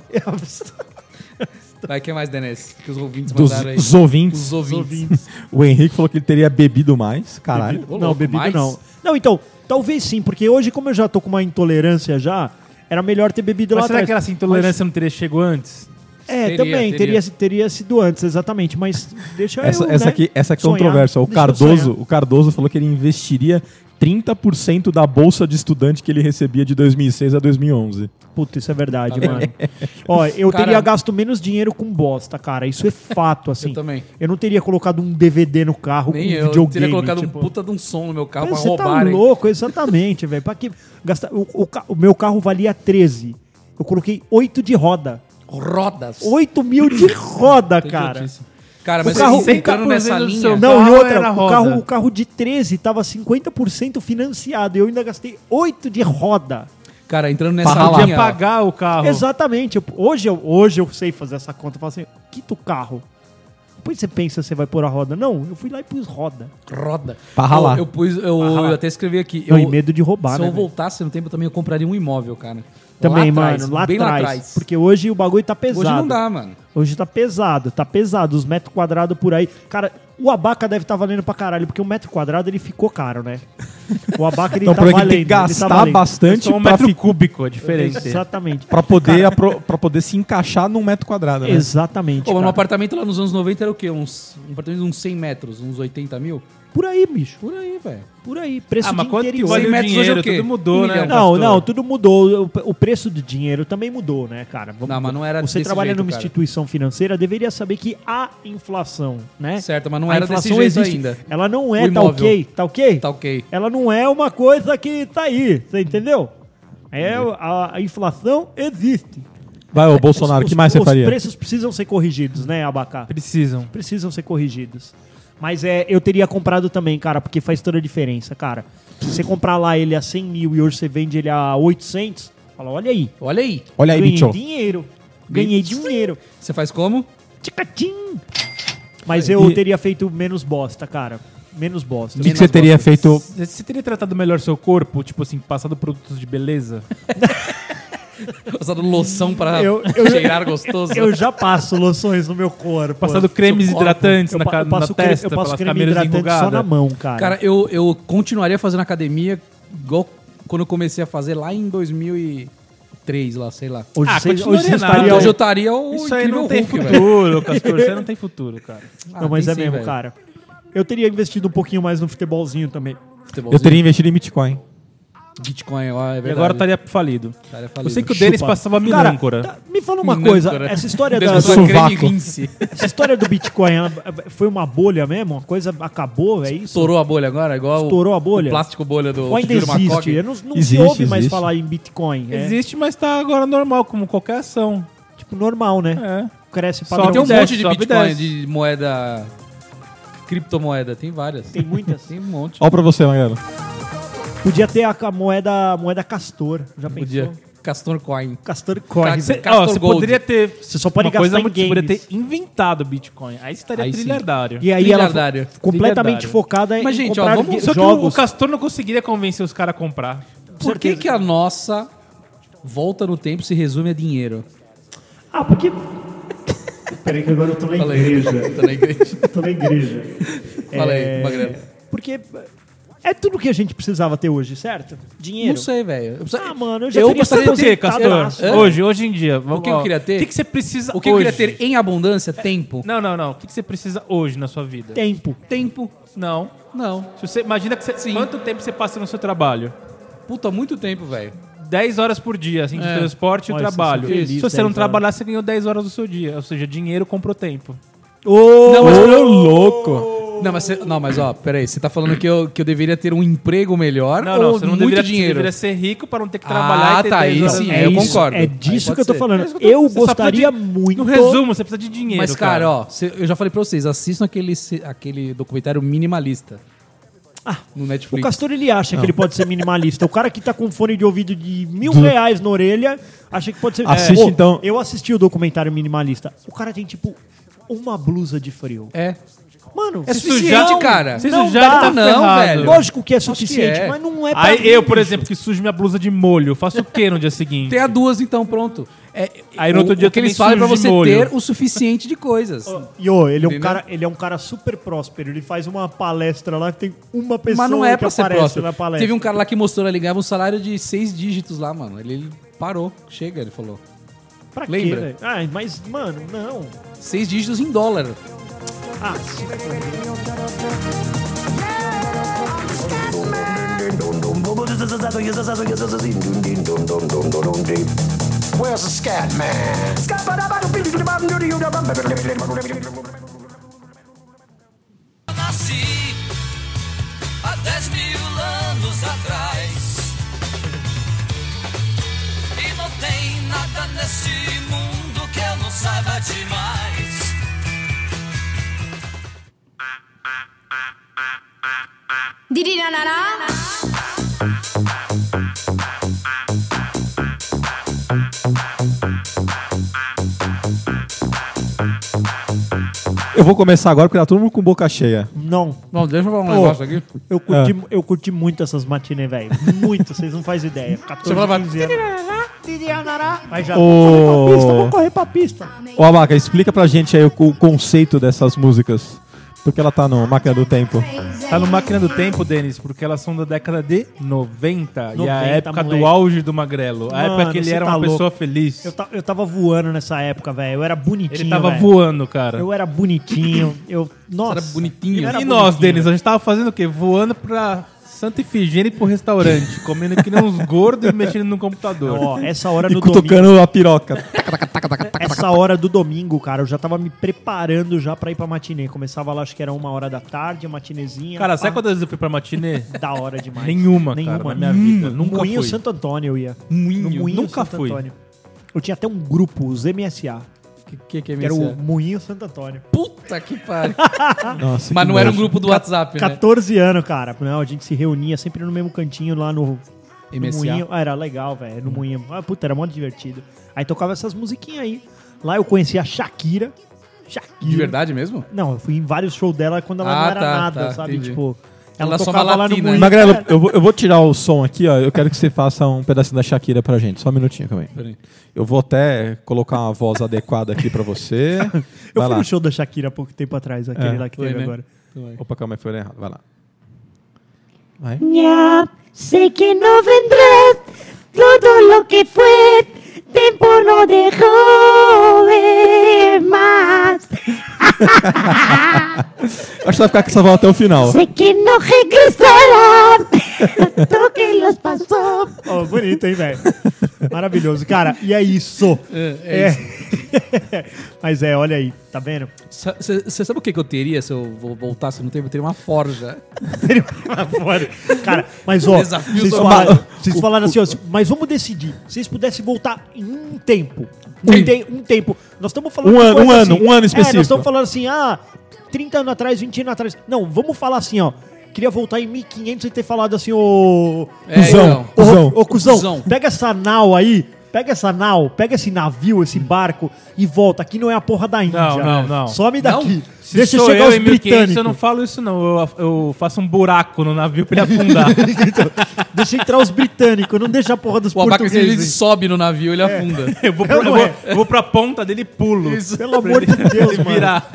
S5: Vai, que é mais, Denis? Que os ouvintes
S2: Dos
S5: mandaram aí.
S2: os ouvintes.
S5: Os ouvintes.
S3: ouvintes.
S2: O Henrique falou que ele teria bebido mais. Caralho.
S5: Ô,
S3: não,
S5: louco,
S3: bebida
S5: mais?
S3: não. Não, então, talvez sim, porque hoje, como eu já tô com uma intolerância já, era melhor ter bebido
S4: Mas
S3: lá
S4: será
S3: atrás.
S4: que essa intolerância não teria chegado antes?
S3: Mas- É,
S5: Teria,
S3: também,
S5: teria.
S3: teria. se- teria sido antes, exatamente, mas deixa
S2: Essa,
S3: eu,
S2: essa
S3: né,
S2: aqui, essa aqui é
S3: sonhar.
S2: controversa. O
S3: Deixa eu
S2: Cardoso,
S3: sonhar.
S2: o Cardoso falou que ele investiria 30% da bolsa de estudante que ele recebia de 2006 a 2011.
S3: Puta, isso é verdade, mano. Ó, eu
S5: Cara-
S3: teria gasto menos dinheiro com bosta, cara. Isso é fato, assim.
S5: Eu também.
S3: Eu não teria colocado um DVD no carro
S5: Nem
S3: com
S5: eu.
S3: Um videogame.
S5: teria colocado
S3: tipo.
S5: um puta de um som no meu carro
S3: Mas
S5: pra
S3: Você
S5: roubar.
S3: tá louco, exatamente, velho. Pra que gastar... o, o ca- o meu carro valia 13. Eu coloquei 8 de roda.
S5: Rodas.
S3: 8 mil de roda, cara.
S5: Cara,
S3: O
S5: mas
S3: carro-
S5: você entrando nessa
S4: 60% do
S5: linha.
S4: seu-
S3: Não, e
S4: carro
S3: outra,
S4: era
S3: o
S4: roda.
S3: carro, o carro de 13 tava 50% financiado. e Eu ainda gastei 8 de roda.
S5: Cara, entrando nessa
S4: Você
S5: linha.
S4: podia pagar o carro.
S3: Exatamente. Eu- Hoje eu, hoje eu sei fazer essa conta. Eu falo assim, quita o carro. Depois você pensa se você vai pôr a roda. Não, eu fui lá e pus roda.
S5: Roda.
S2: Pra ralar.
S5: Eu, eu pus, eu, eu até escrevi aqui.
S3: Não,
S5: eu,
S3: e medo de roubar,
S5: se
S3: né?
S5: eu
S3: velho?
S5: voltasse no tempo, eu também eu compraria um imóvel, cara.
S3: Também,
S5: Lá
S3: mano,
S5: atrás,
S3: lá
S5: bem
S3: atrás, Porque hoje o bagulho tá pesado.
S5: Hoje não dá, mano.
S3: Hoje tá pesado, tá pesado. Os metros quadrados por aí. Cara, o abaca deve tá valendo pra caralho, porque um metro quadrado ele ficou caro, né? O abaca ele
S2: Então,
S3: tá
S2: por aqui
S3: valendo.
S2: tem que
S3: ele tá
S2: gastar
S3: valendo.
S2: bastante
S4: Só um
S2: pra,
S4: metro
S2: fi-
S4: cúbico, é diferente.
S3: Exatamente.
S2: pra poder, apro- pra poder se encaixar num metro quadrado. né?
S3: Exatamente.
S5: Pô, mas um
S3: Tipo, cara.
S5: apartamento lá nos anos 90 era o quê? Uns, um apartamento de uns 100 metros, uns 80 mil?
S3: Por aí, bicho.
S5: Por aí, velho.
S3: Por aí. Preço
S4: Ah, mas
S3: de
S4: quanto que
S3: interior.
S4: vale
S5: 100
S4: o
S5: metros hoje é o
S4: dinheiro?
S5: quê?
S4: Tudo
S5: Um
S4: mudou, né?
S5: milhão.
S3: Não,
S4: pastor?
S3: não, tudo mudou. O- O preço do dinheiro também mudou, né, cara? Vamos-
S5: Não, mas não era
S3: Você
S5: desse
S3: trabalha
S5: jeito,
S3: numa
S5: cara.
S3: instituição financeira, deveria saber que há inflação, né?
S5: Certo, mas não
S3: A
S5: era desse
S3: inflação
S5: jeito
S3: existe.
S5: ainda.
S3: Ela não
S5: O
S3: é, tá
S5: imóvel.
S3: ok? Tá ok?
S5: Tá ok.
S3: Ela não é uma coisa que tá aí, você entendeu? É, a, a inflação existe.
S2: Vai, ô Bolsonaro, o
S3: é, Os-
S2: que mais você
S3: os
S2: faria?
S3: preços precisam ser corrigidos, né, Abacá?
S4: Precisam.
S3: precisam ser corrigidos. Mas é, eu teria comprado também, cara, porque faz toda a diferença, cara. Se você comprar lá ele a 100 mil e hoje você vende ele a 800, fala, olha aí,
S5: Olha aí.
S2: Olha aí,
S3: ganhei
S2: bicho.
S3: dinheiro, ganhei dinheiro.
S5: Você faz como?
S3: Tchacatim! Mas eu
S2: E-
S3: teria feito menos bosta, cara. Menos bosta.
S2: O que, que você teria feito?
S4: Você teria tratado melhor seu corpo? Tipo assim, passado produtos de beleza?
S5: Passado tá loção pra
S3: Eu- eu-
S5: cheirar gostoso.
S3: Eu já passo loções no meu corpo.
S4: Passado cremes
S5: corpo.
S4: hidratantes
S3: eu,
S4: na,
S3: pa-
S4: ca-
S3: eu
S4: na
S3: passo creme,
S4: testa,
S3: eu passo
S4: pelas
S3: creme
S4: cabeleiras
S3: hidratante
S4: enrugadas?
S3: só na mão, cara.
S5: Ah, Cara, eu, eu continuaria fazendo academia igual quando eu comecei a fazer lá em 2003, lá, sei lá.
S3: hoje
S4: Ah,
S3: você,
S4: continua
S3: hoje você
S4: alienado.
S3: estaria...
S4: Então,
S5: Hoje eu estaria o
S4: Isso aí
S5: incrível
S4: não tem
S5: Hulk, velho.
S4: futuro, Castor. Isso aí não tem futuro, cara.
S3: Não, mas
S5: tem
S3: é
S5: sim,
S3: mesmo,
S5: Ah, velho.
S3: cara. Eu teria investido um pouquinho mais no futebolzinho também.
S2: Eu
S5: Futebolzinho,
S2: teria investido em Bitcoin.
S5: Bitcoin, ó, é verdade.
S4: E agora estaria Tá falido.
S5: Estaria falido.
S4: Eu sei que o Denis
S3: Chupa.
S4: passava
S3: Cara,
S4: milâncora.
S3: tá- me fala uma
S5: Minâncora.
S3: coisa, essa história, da,
S5: Mesmo
S2: sou-
S5: com creme
S2: sovaco.
S5: Vinci.
S3: essa história do Bitcoin ela foi uma bolha mesmo? A coisa acabou, é isso?
S5: Estourou a bolha agora? Igual
S3: Estourou
S5: o,
S3: a bolha?
S5: o plástico bolha do
S3: Ou ainda
S5: Júlio
S3: existe?
S5: Macog.
S3: Eu não, não se
S2: Existe,
S3: ouve mais
S2: existe.
S3: falar em Bitcoin. É
S4: Existe, mas tá agora normal, como qualquer ação.
S3: tipo normal, né?
S4: É.
S3: Cresce
S4: Só
S3: padrão.
S5: Tem um
S4: e desce,
S5: monte de
S4: sobe e
S5: Bitcoin,
S4: desce.
S5: de moeda... Criptomoeda, tem várias.
S3: Tem muitas.
S5: Tem um monte.
S2: Olha pra você, Magrelo.
S3: Podia ter a, ca- moeda, moeda castor, já pensou?
S5: Podia. Castor Coin.
S3: Castor coin.
S5: Cê-
S4: Você
S5: Castor Gold.
S4: poderia ter. Você
S3: só pode
S4: uma
S3: gastar
S4: coisa
S3: em
S4: muito- Você poderia
S3: games.
S4: ter inventado Bitcoin. Aí você estaria
S5: Aí sim. é
S4: trilhardário.
S3: E aí ela
S5: Trilhardário.
S3: fo- completamente
S4: Trilhardário.
S3: focada
S5: Mas,
S3: em
S5: gente, ó,
S3: comprar
S5: vamos-
S3: ga-
S4: Só que o, o
S3: jogos.
S4: Castor não conseguiria convencer os caras a comprar.
S5: Por que, que a nossa volta no tempo se resume a dinheiro?
S3: Ah, porque... Peraí que agora eu tô na
S5: Fala aí. Tá na igreja.
S3: tô na igreja. É,
S5: Fala aí, Magrelo.
S3: Porque é tudo que a gente precisava ter hoje, certo? Dinheiro.
S5: Não sei, velho. Eu
S3: Ah,
S5: precisava-
S3: mano, eu já teria
S4: Sabe
S5: gostaria
S4: por
S5: de ter
S4: quê,
S3: tentado-
S4: Castor?
S5: Hã?
S4: Hoje, hoje em dia.
S5: O que eu queria ter?
S4: O que, que você precisa
S5: O que eu queria
S4: hoje?
S5: ter em
S4: É.
S5: abundância? Tempo.
S4: Não, não, não. O que, que você precisa hoje na sua vida?
S3: Tempo.
S5: Tempo.
S4: Não.
S5: Não.
S4: Se você, imagina que você, quanto tempo você passa no seu trabalho?
S5: Puta, muito tempo, velho.
S4: 10 horas por dia, assim, de
S5: É.
S4: transporte e
S3: Olha,
S4: trabalho.
S3: você é feliz,
S4: Se você não
S3: 10
S4: trabalhar, você ganhou 10 horas do seu dia. Ou seja, dinheiro comprou tempo.
S5: Não, mas-
S2: louco!
S5: Não, mas, você- não, mas ó, peraí. Você tá falando que eu, que eu deveria ter um emprego melhor
S4: Não,
S5: ou
S4: não, você não
S5: muito
S4: deveria, você
S5: dinheiro?
S4: deveria ser rico para não ter que trabalhar
S5: Ah,
S4: e ter
S5: tá, aí
S4: 10 horas.
S5: sim,
S4: no
S5: é,
S4: dia.
S5: eu
S3: isso,
S5: concordo.
S3: É disso
S5: Aí
S3: que eu tô
S5: pode ser.
S4: É
S3: falando.
S4: isso que
S3: Eu
S4: você só
S3: gostaria
S4: precisa de-
S3: muito.
S4: No resumo, você precisa de dinheiro.
S5: Mas, cara, ó, cê- eu já falei pra vocês, assistam aquele, se- aquele documentário minimalista. Ah, no
S3: O
S5: Netflix.
S3: Castor ele acha que ele pode ser minimalista. O cara que tá com fone de ouvido de mil reais na orelha acha que pode ser.
S2: Assiste,
S3: Ô,
S2: então.
S3: Eu assisti o documentário minimalista. O cara tem tipo uma blusa de frio.
S5: É.
S3: Mano,
S5: É
S3: se-
S5: suficiente,
S4: Não,
S5: cara.
S4: Se
S3: Não
S4: sujar,
S3: dá,
S4: ele tá
S5: não,
S4: ferrado.
S5: velho.
S3: lógico que é suficiente,
S5: é.
S3: mas não é. pra
S4: Aí
S3: mim,
S4: eu, por
S3: bicho.
S4: exemplo, que sujo minha blusa de molho, faço o quê no dia seguinte?
S5: Tem a duas, então, pronto. É,
S4: Aí no outro
S5: o-
S4: dia
S5: o que
S4: também
S5: eles falam é pra
S4: surge de
S5: você
S4: molho.
S5: ter o suficiente de coisas.
S3: E ô, ele é um
S5: Entendeu?
S3: cara, ele é um cara super próspero. Ele faz uma palestra lá que tem uma pessoa
S5: Mas não é
S3: que
S5: pra ser
S3: aparece
S5: próximo.
S3: na palestra.
S5: Teve um cara lá que mostrou, ele ganhava um salário de seis dígitos lá, mano. Ele, ele parou, chega, ele falou.
S3: Pra
S5: Lembra?
S3: quê, velho? Ai, mas, mano, não.
S5: Seis dígitos em dólar.
S3: Ah, se
S1: Where's the scat man?
S9: nasci há 10 mil anos atrás. E não tem nada nesse mundo que eu não saiba demais.
S10: Dirirarará.
S2: Eu vou começar agora porque tá todo mundo com boca cheia.
S3: Não.
S5: Não, deixa eu falar um
S3: Ô,
S5: negócio aqui.
S3: Eu curti,
S2: Ah.
S3: eu curti muito essas matinês, velho. Muito, vocês não fazem ideia. 14,
S5: falava-
S3: 15 anos. Mas já,
S2: Ô.
S3: vamos correr pra pista, vamos correr pra pista.
S2: Ô, Abaca, explica pra gente aí o, co- o conceito dessas músicas. Porque ela tá no Máquina do Tempo.
S4: Tá no Máquina do Tempo, Denis, porque elas são da década de 90, e a
S3: 90,
S4: época
S3: moleque.
S4: do auge do Magrelo. A
S3: Mano,
S4: época que ele
S3: você
S4: era
S3: tá
S4: uma pessoa
S3: louco.
S4: feliz.
S3: Eu, ta- eu tava voando nessa época, velho. Eu era bonitinho.
S4: Ele tava
S3: velho.
S4: voando, cara.
S3: Eu era bonitinho. Eu, nossa.
S5: Era bonitinho.
S3: eu era
S4: E nós,
S3: bonitinho,
S4: Denis, a
S3: velho.
S4: gente tava fazendo o quê? Voando pra Santa Efigênia e pro restaurante, comendo que nem uns gordos e mexendo no computador.
S3: Ó, é essa hora
S2: E
S3: do domingo,
S2: cutucando a piroca.
S3: essa hora do domingo, cara, eu já tava me preparando já pra ir pra matinê. Começava lá, acho que era uma hora da tarde, a matinezinha. Ah.
S4: cara, sabe
S3: pá.
S4: quantas vezes eu fui pra matinê?
S3: Da hora demais.
S4: Nenhuma, cara, na minha vida.
S3: Hum,
S4: Nunca
S3: Moinho
S4: fui.
S3: Santo Antônio eu ia. Um
S4: Moinho?
S3: No
S4: Nunca fui.
S3: Eu tinha até um grupo, os MSA,
S5: Que, que, que é
S3: que era o
S5: MSA?
S3: Moinho Santo Antônio.
S5: Puta que pariu.
S2: Nossa,
S5: Mas
S2: que
S5: não era um
S2: nojo.
S5: grupo do WhatsApp, né?
S3: 14 anos, cara. Não, a gente se reunia sempre no mesmo cantinho lá no, no
S5: MSA.
S3: Moinho. Ah, era legal, velho, no Moinho. Ah, puta, era mó divertido. Aí tocava essas musiquinhas aí. Lá eu conheci a Shakira. Shakira.
S5: De verdade mesmo?
S3: Não, eu fui em vários shows dela quando ela não
S5: Ah,
S3: era
S5: tá,
S3: nada,
S5: tá,
S3: sabe?
S5: entendi.
S3: Tipo,
S5: Ela só uma latina.
S2: Magrelo, eu vou, eu vou tirar o som aqui, ó. Eu quero que você faça um pedacinho da Shakira pra gente. Só um minutinho também. Eu vou até colocar uma voz adequada aqui pra você.
S3: Eu
S2: Vai
S3: fui
S2: lá.
S3: no show da Shakira há pouco tempo atrás, aquele
S2: É,
S3: lá que
S5: foi,
S3: teve
S5: né?
S3: agora.
S2: Opa, calma aí, foi errado. Vai lá. Vai.
S10: Sé que no vendrás, todo lo que fue, tiempo no dejó de más.
S2: Acho que vai ficar com essa voz até o final.
S10: Sé que no regresarás, todo que los pasó.
S3: Ó, bonito, hein, velho? Maravilhoso. Cara, e é isso.
S5: É, é
S3: É. Mas é, olha aí, tá vendo?
S5: Você sabe o que, que eu teria se eu vo- voltasse no tempo? Eu teria uma forja.
S3: Foda. Cara, mas ó,
S5: Desafio
S3: vocês
S5: do
S3: falaram,
S5: Mario.
S3: vocês falaram assim, ó, mas vamos decidir. Se vocês pudessem voltar em um tempo. Um, te- um tempo. Nós estamos falando
S2: Um
S3: de
S2: ano- um
S3: coisa
S2: ano, um ano
S3: É,
S2: específico.
S3: nós estamos falando assim, ah, 30 anos atrás, 20 anos atrás. Não, vamos falar assim, ó. Queria voltar em 1500 e ter falado assim, ô.
S5: É,
S2: Cusão.
S5: então.
S3: Ô,
S2: Cusão.
S3: ô, cuzão,
S5: Cusão.
S3: pega essa nau aí, pega essa nau, pega esse navio, esse barco e volta. Aqui não é a porra da Índia.
S4: não, não.
S3: Some daqui.
S5: Não?
S4: Se
S3: Deixa
S4: sou
S3: chegar
S4: eu
S3: os
S4: em 1500,
S3: britânicos.
S4: eu não falo isso, não. Eu, eu faço um buraco no navio pra ele afundar.
S3: Deixa entrar os britânicos, não deixa a porra dos
S5: O abacaxi ele
S3: portugueses.
S5: sobe no navio,
S3: É.
S5: ele afunda.
S4: eu, vou pra,
S3: Eu
S4: eu,
S3: não
S4: vou,
S3: é.
S4: eu vou pra ponta dele e pulo.
S3: Pelo amor de Deus, mano.
S4: Virar.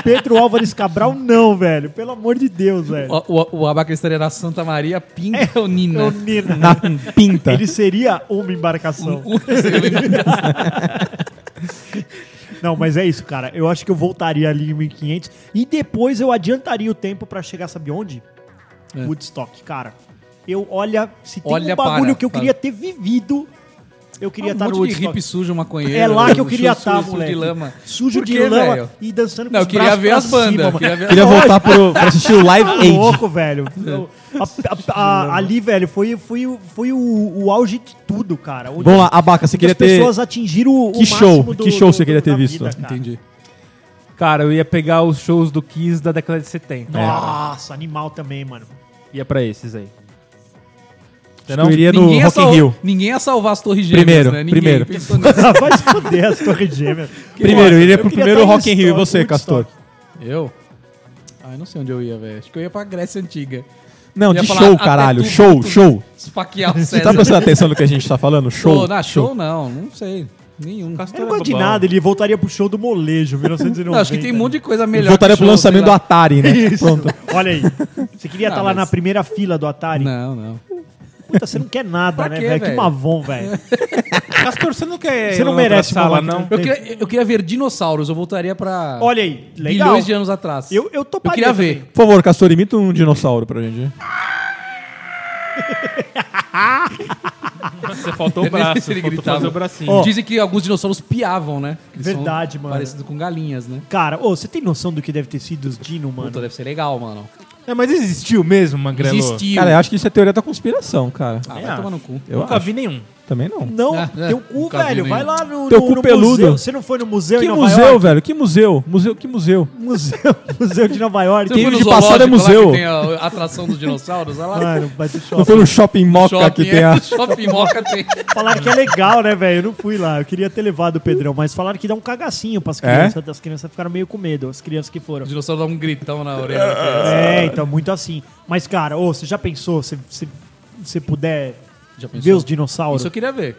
S3: Pedro Álvares Cabral, não, velho. Pelo amor de Deus, velho.
S5: O, o, o abacaxi estaria na Santa Maria Pinta ou Nina?
S3: Ô, É, Nina,
S2: Na pinta.
S3: Ele seria uma
S4: Um,
S3: embarcação. Não, mas é isso, cara. Eu acho que eu voltaria ali em 1500 e depois eu adiantaria o tempo pra chegar, sabe onde? Woodstock, cara. Eu, olha, se tem
S5: É. Olha,
S3: um bagulho
S5: para,
S3: que eu
S5: para.
S3: queria ter vivido, eu queria
S5: um
S3: estar no
S5: monte de hippie
S3: Woodstock.
S5: sujo, maconheiro.
S3: É lá que eu queria
S5: sujo,
S3: estar,
S5: sujo
S3: moleque.
S5: de lama.
S3: Sujo
S5: Por
S3: de
S5: quê,
S3: lama
S5: velho?
S3: e dançando com
S5: Não,
S3: os
S5: eu queria
S3: braços
S5: ver
S3: pra
S5: as É. bandas.
S3: cima,
S5: eu
S3: mano.
S5: Queria ver
S2: Queria voltar pro, pra assistir o Live
S3: Tá
S2: Aid.
S3: louco, velho. A- a- a- ali, velho, foi, foi, o- foi o, o auge de tudo, cara. Onde
S2: Vamos lá, Abaca, você
S3: onde
S2: queria
S3: as
S2: ter...
S3: pessoas atingiram o,
S2: Que
S3: o
S2: show,
S3: máximo do,
S2: que show
S3: do-
S2: você queria ter
S3: da
S2: visto?
S3: vida, cara.
S5: Entendi.
S4: Cara, eu ia pegar os shows do Kiss da década de 70.
S3: Nossa, animal também, mano.
S4: Ia pra esses aí. Você
S2: Eu iria no
S5: Ninguém é um. ia,
S2: Rock in
S5: sal-
S2: Rio.
S5: ninguém ia salvar as torres gêmeas,
S2: Primeiro,
S5: né? Ninguém
S2: primeiro.
S5: pensou nisso.
S3: Ah, Vai se fuder as torres gêmeas.
S2: Primeiro, eu iria pro
S3: queria
S2: primeiro
S3: estar em
S2: Rock in Rio. E
S3: Woodstock,
S2: você, Castor?
S5: Eu? Ah, eu não sei onde eu ia, velho. Acho que eu ia pra Grécia Antiga.
S2: Não,
S5: Ia
S2: de
S5: falar, "Ah,
S2: show,
S5: até
S2: caralho.
S5: tu,
S2: Show,
S5: tu.
S2: show.
S5: Esfaquear o
S2: Você
S5: César.
S2: tá prestando atenção no que a gente tá falando? Show?
S5: Pô, não, show não, não sei. Nenhum.
S3: Eu não é gosto Então de nada, ele voltaria pro show do molejo, 1990.
S5: Não, acho que tem um monte
S3: né?
S5: de coisa melhor.
S2: Voltaria
S5: que
S2: pro
S5: show,
S2: lançamento do
S5: sei lá.
S2: Atari, né?
S3: Isso.
S2: Pronto.
S3: Olha aí. Você queria
S5: Ah,
S3: estar lá
S5: mas-
S3: na primeira fila do Atari?
S5: Não, não.
S3: Puta, você não quer nada,
S5: Pra
S3: né,
S5: quê,
S3: velho? Que
S5: velho?
S3: mavon, velho.
S4: Castor, você não quer.
S3: Você não
S4: ir na outra
S3: merece uma
S4: sala,
S3: máquina
S4: não.
S3: do
S5: Eu
S3: tempo.
S5: queria, eu queria ver dinossauros, eu voltaria pra.
S3: Olha aí, legal.
S5: Bilhões de anos atrás.
S3: Eu, eu tô
S5: Eu queria ver.
S2: Por favor, Castor, imita um dinossauro pra gente.
S4: Você faltou o
S5: Eu nem sei
S4: braço.
S5: se ele
S4: Faltou
S5: gritava.
S4: fazer o bracinho.
S3: Ó.
S5: Dizem que alguns dinossauros piavam, né? Eles são
S3: Verdade, mano.
S5: Parecido com galinhas, né?
S3: Cara, ô, você tem noção do que deve ter sido os Dino, mano?
S5: Puta, deve ser legal, mano.
S4: É, mas existiu mesmo, Mangrelo?
S5: Existiu.
S2: Cara, eu acho que isso é teoria da conspiração, cara.
S5: Ah, vai tomar no cu.
S2: Eu
S4: Nunca
S2: acho.
S4: vi nenhum.
S2: Também não.
S3: Não,
S5: É,
S3: teu cu,
S5: nunca vi
S3: velho.
S5: nenhum.
S3: Vai lá no,
S2: Teu
S3: no-
S2: cu
S3: no
S2: peludo.
S3: museu. Você não foi no museu
S2: Que
S3: em Nova
S2: museu,
S3: York?
S2: velho? Que museu? Museu, que museu?
S3: Museu, museu de Nova York.
S5: Você foi no
S2: de passado é
S5: zoológico lá
S2: museu.
S5: que Tem a a atração dos dinossauros, olha lá.
S3: Mano, mas o
S2: Não
S3: shopping.
S2: foi no shopping moca que tem a.
S5: é, shopping Moca tem.
S3: Falaram que é legal, né, velho? Eu não fui lá. Eu queria ter levado o Pedrão, mas falaram que dá um cagacinho pras crianças. As crianças ficaram meio com medo, as crianças que foram.
S5: O dinossauro dá um gritão na orelha.
S3: É, então, muito assim. Mas, cara, ô, você já pensou, se se você puder
S5: Já pensou?
S3: ver os dinossauros?
S5: né? Isso eu queria ver.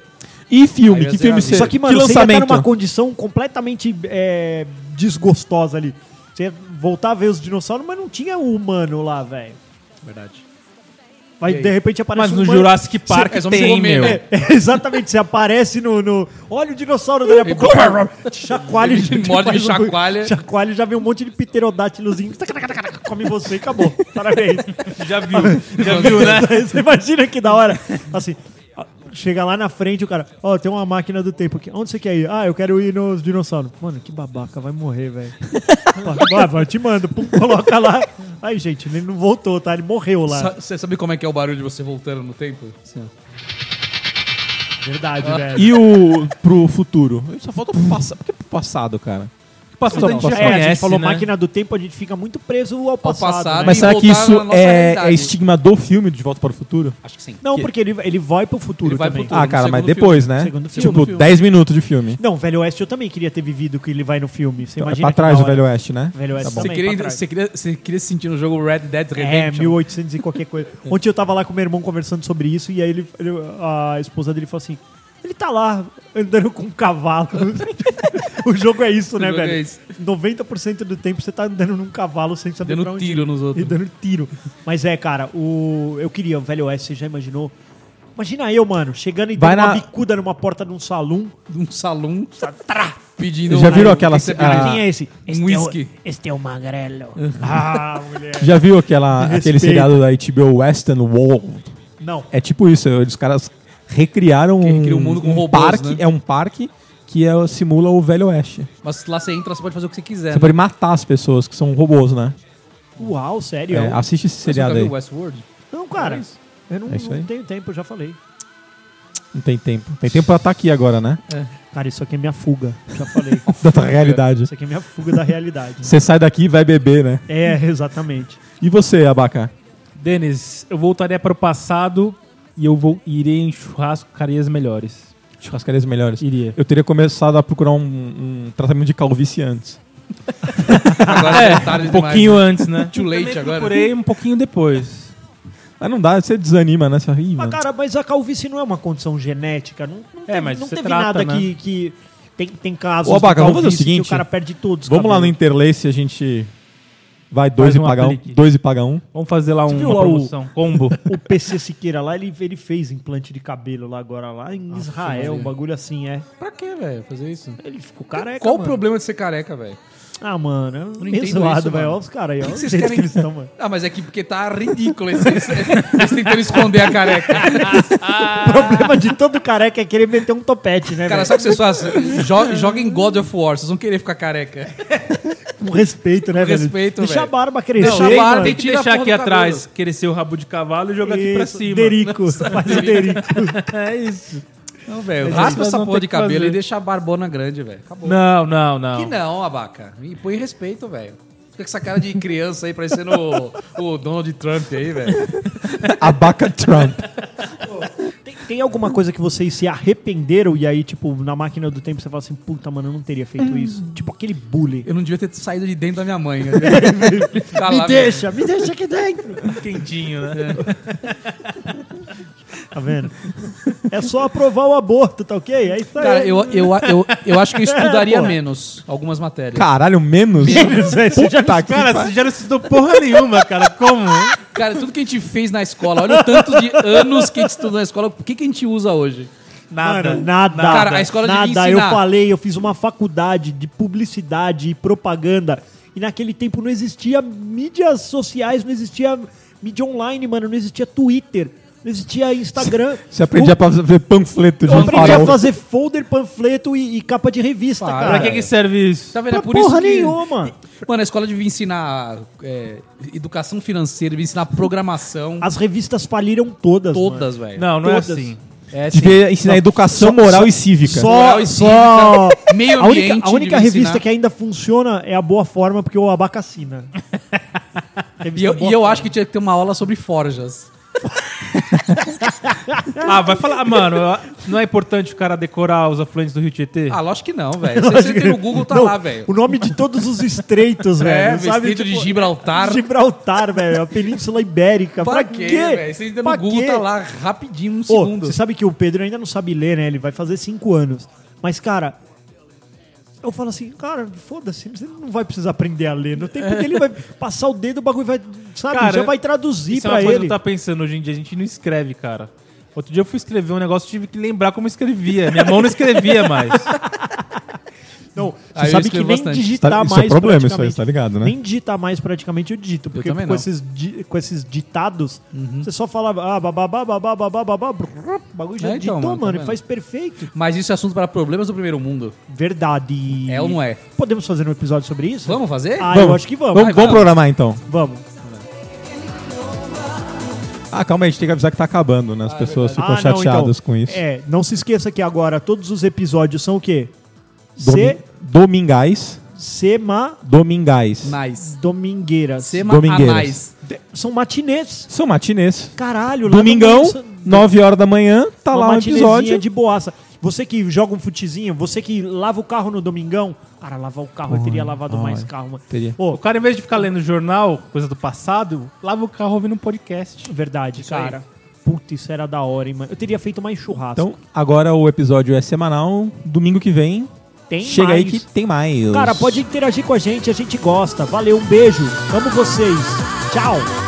S2: E filme?
S5: Aí
S2: Que
S5: você
S2: é filme
S5: avisa.
S2: você
S3: Só que, mano,
S2: que
S3: você ia estar
S2: lançamento?
S3: numa condição completamente é, desgostosa ali. Você ia voltar a ver os dinossauros, mas não tinha o humano lá, velho.
S5: Verdade.
S3: Vai,
S5: aí?
S3: de repente aparece
S4: Mas
S3: um
S4: no
S3: humano-
S4: Jurassic Park
S5: é só me
S4: tem,
S5: comer,
S4: meu.
S5: né?
S3: É, exatamente, você aparece no, no- Olha o dinossauro dali a pouco. Chacoalha
S5: Ele
S3: já-
S5: morde,
S3: faz um-
S5: chacoalha.
S3: Chacoalha já vem um monte de pterodátilozinho. Come você e acabou. Parabéns.
S4: Já viu. Já viu, né?
S3: Você imagina que da hora. Assim, ó, chega lá na frente o cara, ó, tem uma máquina do tempo aqui. Onde você quer ir? Ah, eu quero ir nos dinossauros. Mano, que babaca, vai morrer, velho. Pá, vai, vai, te mando. Pum, coloca lá. Aí, gente, ele não voltou, tá? Ele morreu lá.
S5: Sa- Você sabe como é que é o barulho de você voltando no tempo? Sim.
S3: Verdade, velho.
S2: E o pro futuro? Só falta o passado. Por que pro passado, cara?
S4: Passado a gente
S2: Então,
S4: já
S3: É, a gente
S4: conhece,
S3: falou
S4: né?
S3: máquina do tempo, a gente fica muito preso ao passado.
S5: passado,
S3: né?
S2: Mas
S5: E
S2: será que
S5: voltar
S2: isso
S5: na nossa
S2: é,
S5: realidade.
S2: é estigma do filme de Volta para o Futuro?
S5: Acho que sim.
S3: Não, porque ele, ele vai pro futuro
S5: Ele vai
S3: também.
S5: pro futuro.
S2: Ah, cara,
S5: segundo
S2: mas
S5: filme.
S2: depois, né?
S3: Segundo filme.
S2: Tipo,
S5: Segundo filme.
S2: 10 minutos de filme.
S3: Não, Velho Oeste eu também queria ter vivido o que ele vai no filme. Você
S2: Então, é
S3: imagina
S2: pra
S3: que da
S2: trás do
S3: hora.
S2: Velho Oeste, né?
S3: Velho Oeste
S2: bom.
S5: Você
S3: também, pra
S5: queria,
S3: trás.
S5: você, queria, você queria se sentir no jogo Red Dead
S3: É,
S5: Redemption?
S3: 1800 e qualquer coisa. Ontem eu tava lá com meu irmão conversando sobre isso e aí ele, ele- a esposa dele falou assim: ele tá lá andando com um cavalo. o jogo é isso,
S5: O
S3: né,
S5: jogo é
S3: velho?
S5: isso.
S3: 90% do tempo você tá andando num cavalo sem saber pra
S5: Dando
S3: onde ir.
S5: tiro nos
S3: E
S5: outros.
S3: dando tiro. Mas é, cara, o eu queria, o Velho Oeste, você já imaginou? Imagina eu, mano, chegando e
S2: Vai
S3: dando uma
S2: na-
S3: bicuda numa porta de um salão.
S5: Num salão. Trá, pedindo.
S2: Já virou
S5: Aí,
S2: aquela-
S5: o que que você
S2: Ah. Uhum.
S3: Quem é esse?
S5: Um whisky.
S3: É o, este é o magrelo. ah, mulher.
S2: Já viu aquela,
S3: Me
S2: aquele
S3: respeita.
S2: seriado da HBO Western World?
S3: Não.
S2: É tipo isso, os caras recriaram
S5: Que
S2: um,
S5: recria o mundo com
S2: um
S5: robôs,
S2: parque,
S5: né? É.
S2: é um parque que é- simula o Velho Oeste.
S5: pediu? Mas lá você entra, você pode fazer o que você quiser. né?
S2: Você pode matar as pessoas que são robôs, né?
S3: Uau, sério?
S2: É, assiste esse
S5: Você nunca
S2: seriado aí.
S5: viu Westworld?
S3: Não, cara. eu não,
S2: É isso
S3: não
S2: aí.
S3: tenho tempo, eu já falei.
S2: Não tem tempo. Tem tempo pra estar aqui agora, né?
S3: Cara, isso aqui é minha fuga. Já falei.
S2: Da tua realidade.
S3: isso aqui é minha fuga da realidade.
S2: Você sai daqui e vai beber, né?
S3: É, exatamente.
S2: E você, Abaca?
S4: Denis, eu voltaria para o passado e eu vou, irei em churrascarias melhores.
S2: Churrascarias melhores.
S4: Iria.
S2: Eu teria começado a procurar um, um tratamento de calvície antes.
S5: Agora é, tarde
S4: Um pouquinho
S5: demais,
S4: antes, né?
S5: Too late
S4: Também
S5: agora.
S4: Procurei um pouquinho depois.
S2: Mas não dá, você desanima, né? Você fala, "Ih,
S3: Mas,
S2: mano."
S3: Ah, cara, mas a calvície não é uma condição genética. Não, não
S4: É,
S3: teve,
S4: mas
S3: não
S4: você
S3: teve
S4: trata,
S3: nada
S4: né?
S3: que, que. Tem, tem casos
S2: Ô,
S3: de
S2: Abaca, vamos fazer o
S3: calvície que
S2: seguinte?
S3: o cara perde todos. os
S2: Vamos lá no
S3: cabelos.
S2: Interlace, a gente vai dois
S4: Faz
S2: e
S4: um
S2: paga um.
S4: aplique.
S2: Dois e paga um.
S4: Vamos fazer lá
S3: Você
S4: um,
S3: viu
S4: uma
S3: lá o-
S4: promoção. Combo.
S3: O PC Siqueira lá, ele, ele fez implante de cabelo lá agora, lá em Israel, um bagulho assim, é.
S5: Pra quê, velho? Fazer isso?
S3: Ele ficou careca.
S5: Qual o
S3: mano.
S5: problema de ser careca, velho?
S3: Ah, mano, eu
S5: entendo
S3: meio zoado,
S5: isso,
S3: velho.
S5: mano.
S3: Olha os caras aí, olha
S5: que
S3: o
S5: vocês
S3: jeito
S5: querem-
S3: que eles estão, mano.
S5: Ah, mas é que porque tá ridículo. Eles, eles, eles tentando esconder a careca.
S3: O problema de todo careca é querer meter um topete, né,
S5: Ah. Cara,
S3: velho?
S5: sabe o que vocês fazem? Jo- Joguem God of War, vocês vão querer ficar careca.
S3: Com respeito, né,
S5: Com
S3: velho?
S5: respeito,
S3: Deixa
S5: velho.
S3: a barba crescer,
S5: Deixa a barba
S3: mano.
S5: e
S4: Tem que
S5: tira a
S4: deixar
S5: porra
S4: aqui
S5: do cabelo.
S4: atrás, crescer o rabo de cavalo e jogar aqui pra
S3: Isso,
S4: cima.
S5: né?
S3: Derico, faz o Derico.
S4: É isso.
S5: Não, velho.
S4: Mas
S5: Raspa
S4: nós
S5: essa
S4: não
S5: porra
S4: tem
S5: de
S4: que
S5: cabelo
S4: fazer.
S5: e deixa a barbona grande, velho. Acabou.
S4: Não, não, não.
S5: Que não, abaca. E põe respeito, velho. Fica com essa cara de criança aí, parecendo o, o Donald Trump aí, velho.
S2: Abaca Trump.
S3: Tem, tem alguma coisa que vocês se arrependeram e aí, tipo, na máquina do tempo você fala assim, puta, mano, eu não teria feito isso. Tipo aquele bullying.
S5: Hum. Eu não devia ter saído de dentro da minha mãe. né? Ficar lá, É. velho.
S3: me deixa aqui dentro.
S4: Quentinho, né?
S3: Tá vendo? É só aprovar o aborto, tá ok? É isso aí.
S5: Cara, eu, eu, eu, eu acho que
S3: É,
S5: eu estudaria
S3: pô.
S5: menos algumas matérias.
S2: Caralho, menos? Tá
S3: Você já-
S2: Puta que
S4: Cara,
S2: pa-
S4: você já não estudou porra nenhuma, cara. Como?
S5: Cara, tudo que a gente fez na escola, olha o tanto de anos que a gente estudou na escola, o que, que a gente usa hoje?
S3: Mano, nada.
S5: Cara, a escola
S3: nada.
S5: devia
S3: Eu
S5: ensinar.
S3: falei, eu fiz uma faculdade de publicidade e propaganda. E naquele tempo não existia mídias sociais, não existia mídia online, mano. Não existia Twitter, não existia Instagram.
S2: Você aprendia pra ver panfleto de
S3: Eu
S2: um
S3: aprendi
S2: farol.
S3: a fazer folder, panfleto e, e capa de revista, cara.
S4: Pra que, que serve isso?
S5: Tá vendo?
S3: Pra
S5: É por
S3: porra
S5: isso que...
S3: nenhuma.
S5: Mano, a escola devia ensinar é, educação financeira, devia ensinar programação.
S3: As revistas faliram todas.
S5: Todas,
S3: mano.
S5: velho.
S4: Não, não
S3: Todas.
S4: é assim.
S5: É,
S3: Tipo,
S5: assim,
S2: Devia ensinar educação moral e cívica.
S3: Só,
S5: Moral e
S3: só...
S5: então, meio
S3: A
S5: ambiente.
S3: única, a única
S5: devia
S3: revista
S5: ensinar.
S3: que ainda funciona é a Boa Forma, porque o Abacacina. é
S5: E eu, e eu acho que tinha que ter uma aula sobre forjas.
S4: Ah, vai falar, mano, não é importante o cara decorar os afluentes do Rio Tietê?
S5: Ah, lógico que não, velho. Se você tem no Google, tá
S3: Não,
S5: lá, velho.
S3: O nome de todos os estreitos,
S5: É,
S3: velho.
S5: velho, estreito de Gibraltar.
S3: tipo, Gibraltar, velho. A Península Ibérica. Pra,
S5: Pra quê, velho? Você entra no
S3: Pra
S5: Google,
S3: quê?
S5: tá lá rapidinho, um
S3: Ô,
S5: segundo.
S3: Você sabe que o Pedro ainda não sabe ler, né? Ele vai fazer cinco anos. Mas, cara... Eu falo assim, cara, foda-se, você não vai precisar aprender a ler. No tempo que ele vai passar o dedo, o bagulho vai, sabe,
S4: Cara,
S3: já vai traduzir
S4: Isso é
S3: pra
S4: uma coisa
S3: ele.
S4: que eu tava pensando hoje em dia, a gente não escreve, cara. Outro dia eu fui escrever um negócio e tive que lembrar como eu escrevia. Minha mão não escrevia mais.
S3: Não,
S5: Aí
S3: você
S5: eu
S3: sabe que
S5: escrevo
S3: nem
S5: bastante.
S3: digitar
S2: Tá- isso é
S3: mais
S2: problema, isso aí,
S3: praticamente.
S2: tá ligado, né?
S3: Nem digitar mais praticamente eu digito, porque
S5: também
S3: com
S5: não. Uhum.
S3: esses, di- com esses ditados, você só fala ah, babá, babá, babá, babá, babá, brrr, o bagulho já
S5: É, então,
S3: digitou,
S5: mano,
S3: mano,
S5: tá
S3: e
S5: vendo?
S3: faz perfeito.
S5: Mas isso é assunto para problemas do primeiro mundo.
S3: Verdade.
S5: É ou não é?
S3: Podemos fazer um episódio sobre isso?
S5: Vamos fazer?
S3: Ah, eu
S2: Vamos.
S3: acho que vamos.
S2: Vamos,
S5: Vai,
S2: vamos
S5: vamos.
S2: programar então.
S3: Vamos.
S2: Ah, calma aí, a gente tem que avisar que tá acabando, né? As pessoas ficam
S3: Ah, não,
S2: chateadas com isso.
S3: É, não se esqueça que agora todos os episódios são o quê?
S2: Domi-
S3: Se,
S2: Domingais.
S3: sema,
S2: Domingais.
S5: Nice.
S3: domingueiras.
S5: Sema
S2: Domingueiras.
S5: a mais.
S3: São matinês.
S2: São matinês.
S3: Caralho. lá no
S2: Domingão,
S3: Mansa-
S2: 9 horas da manhã, tá
S3: uma
S2: lá um
S3: matinezinha
S2: episódio.
S3: de boaça. Você que joga um futezinho, você que lava o carro no domingão, cara, lavar o carro, eu teria lavado
S2: ai,
S3: mais carro, mano.
S2: teria.
S3: Ô,
S4: O cara, em vez de ficar lendo jornal, coisa do passado, lava o carro ouvindo um podcast.
S3: verdade,
S5: aí.
S3: cara. Puta, isso era da hora, hein, mano. Eu teria feito mais churrasco.
S2: Então, agora o episódio é semanal. Domingo que vem,
S3: Tem
S2: chega aí
S3: mais.
S2: que tem mais.
S3: Cara, pode interagir com a gente, a gente gosta. Valeu, um beijo. Amo vocês. Tchau.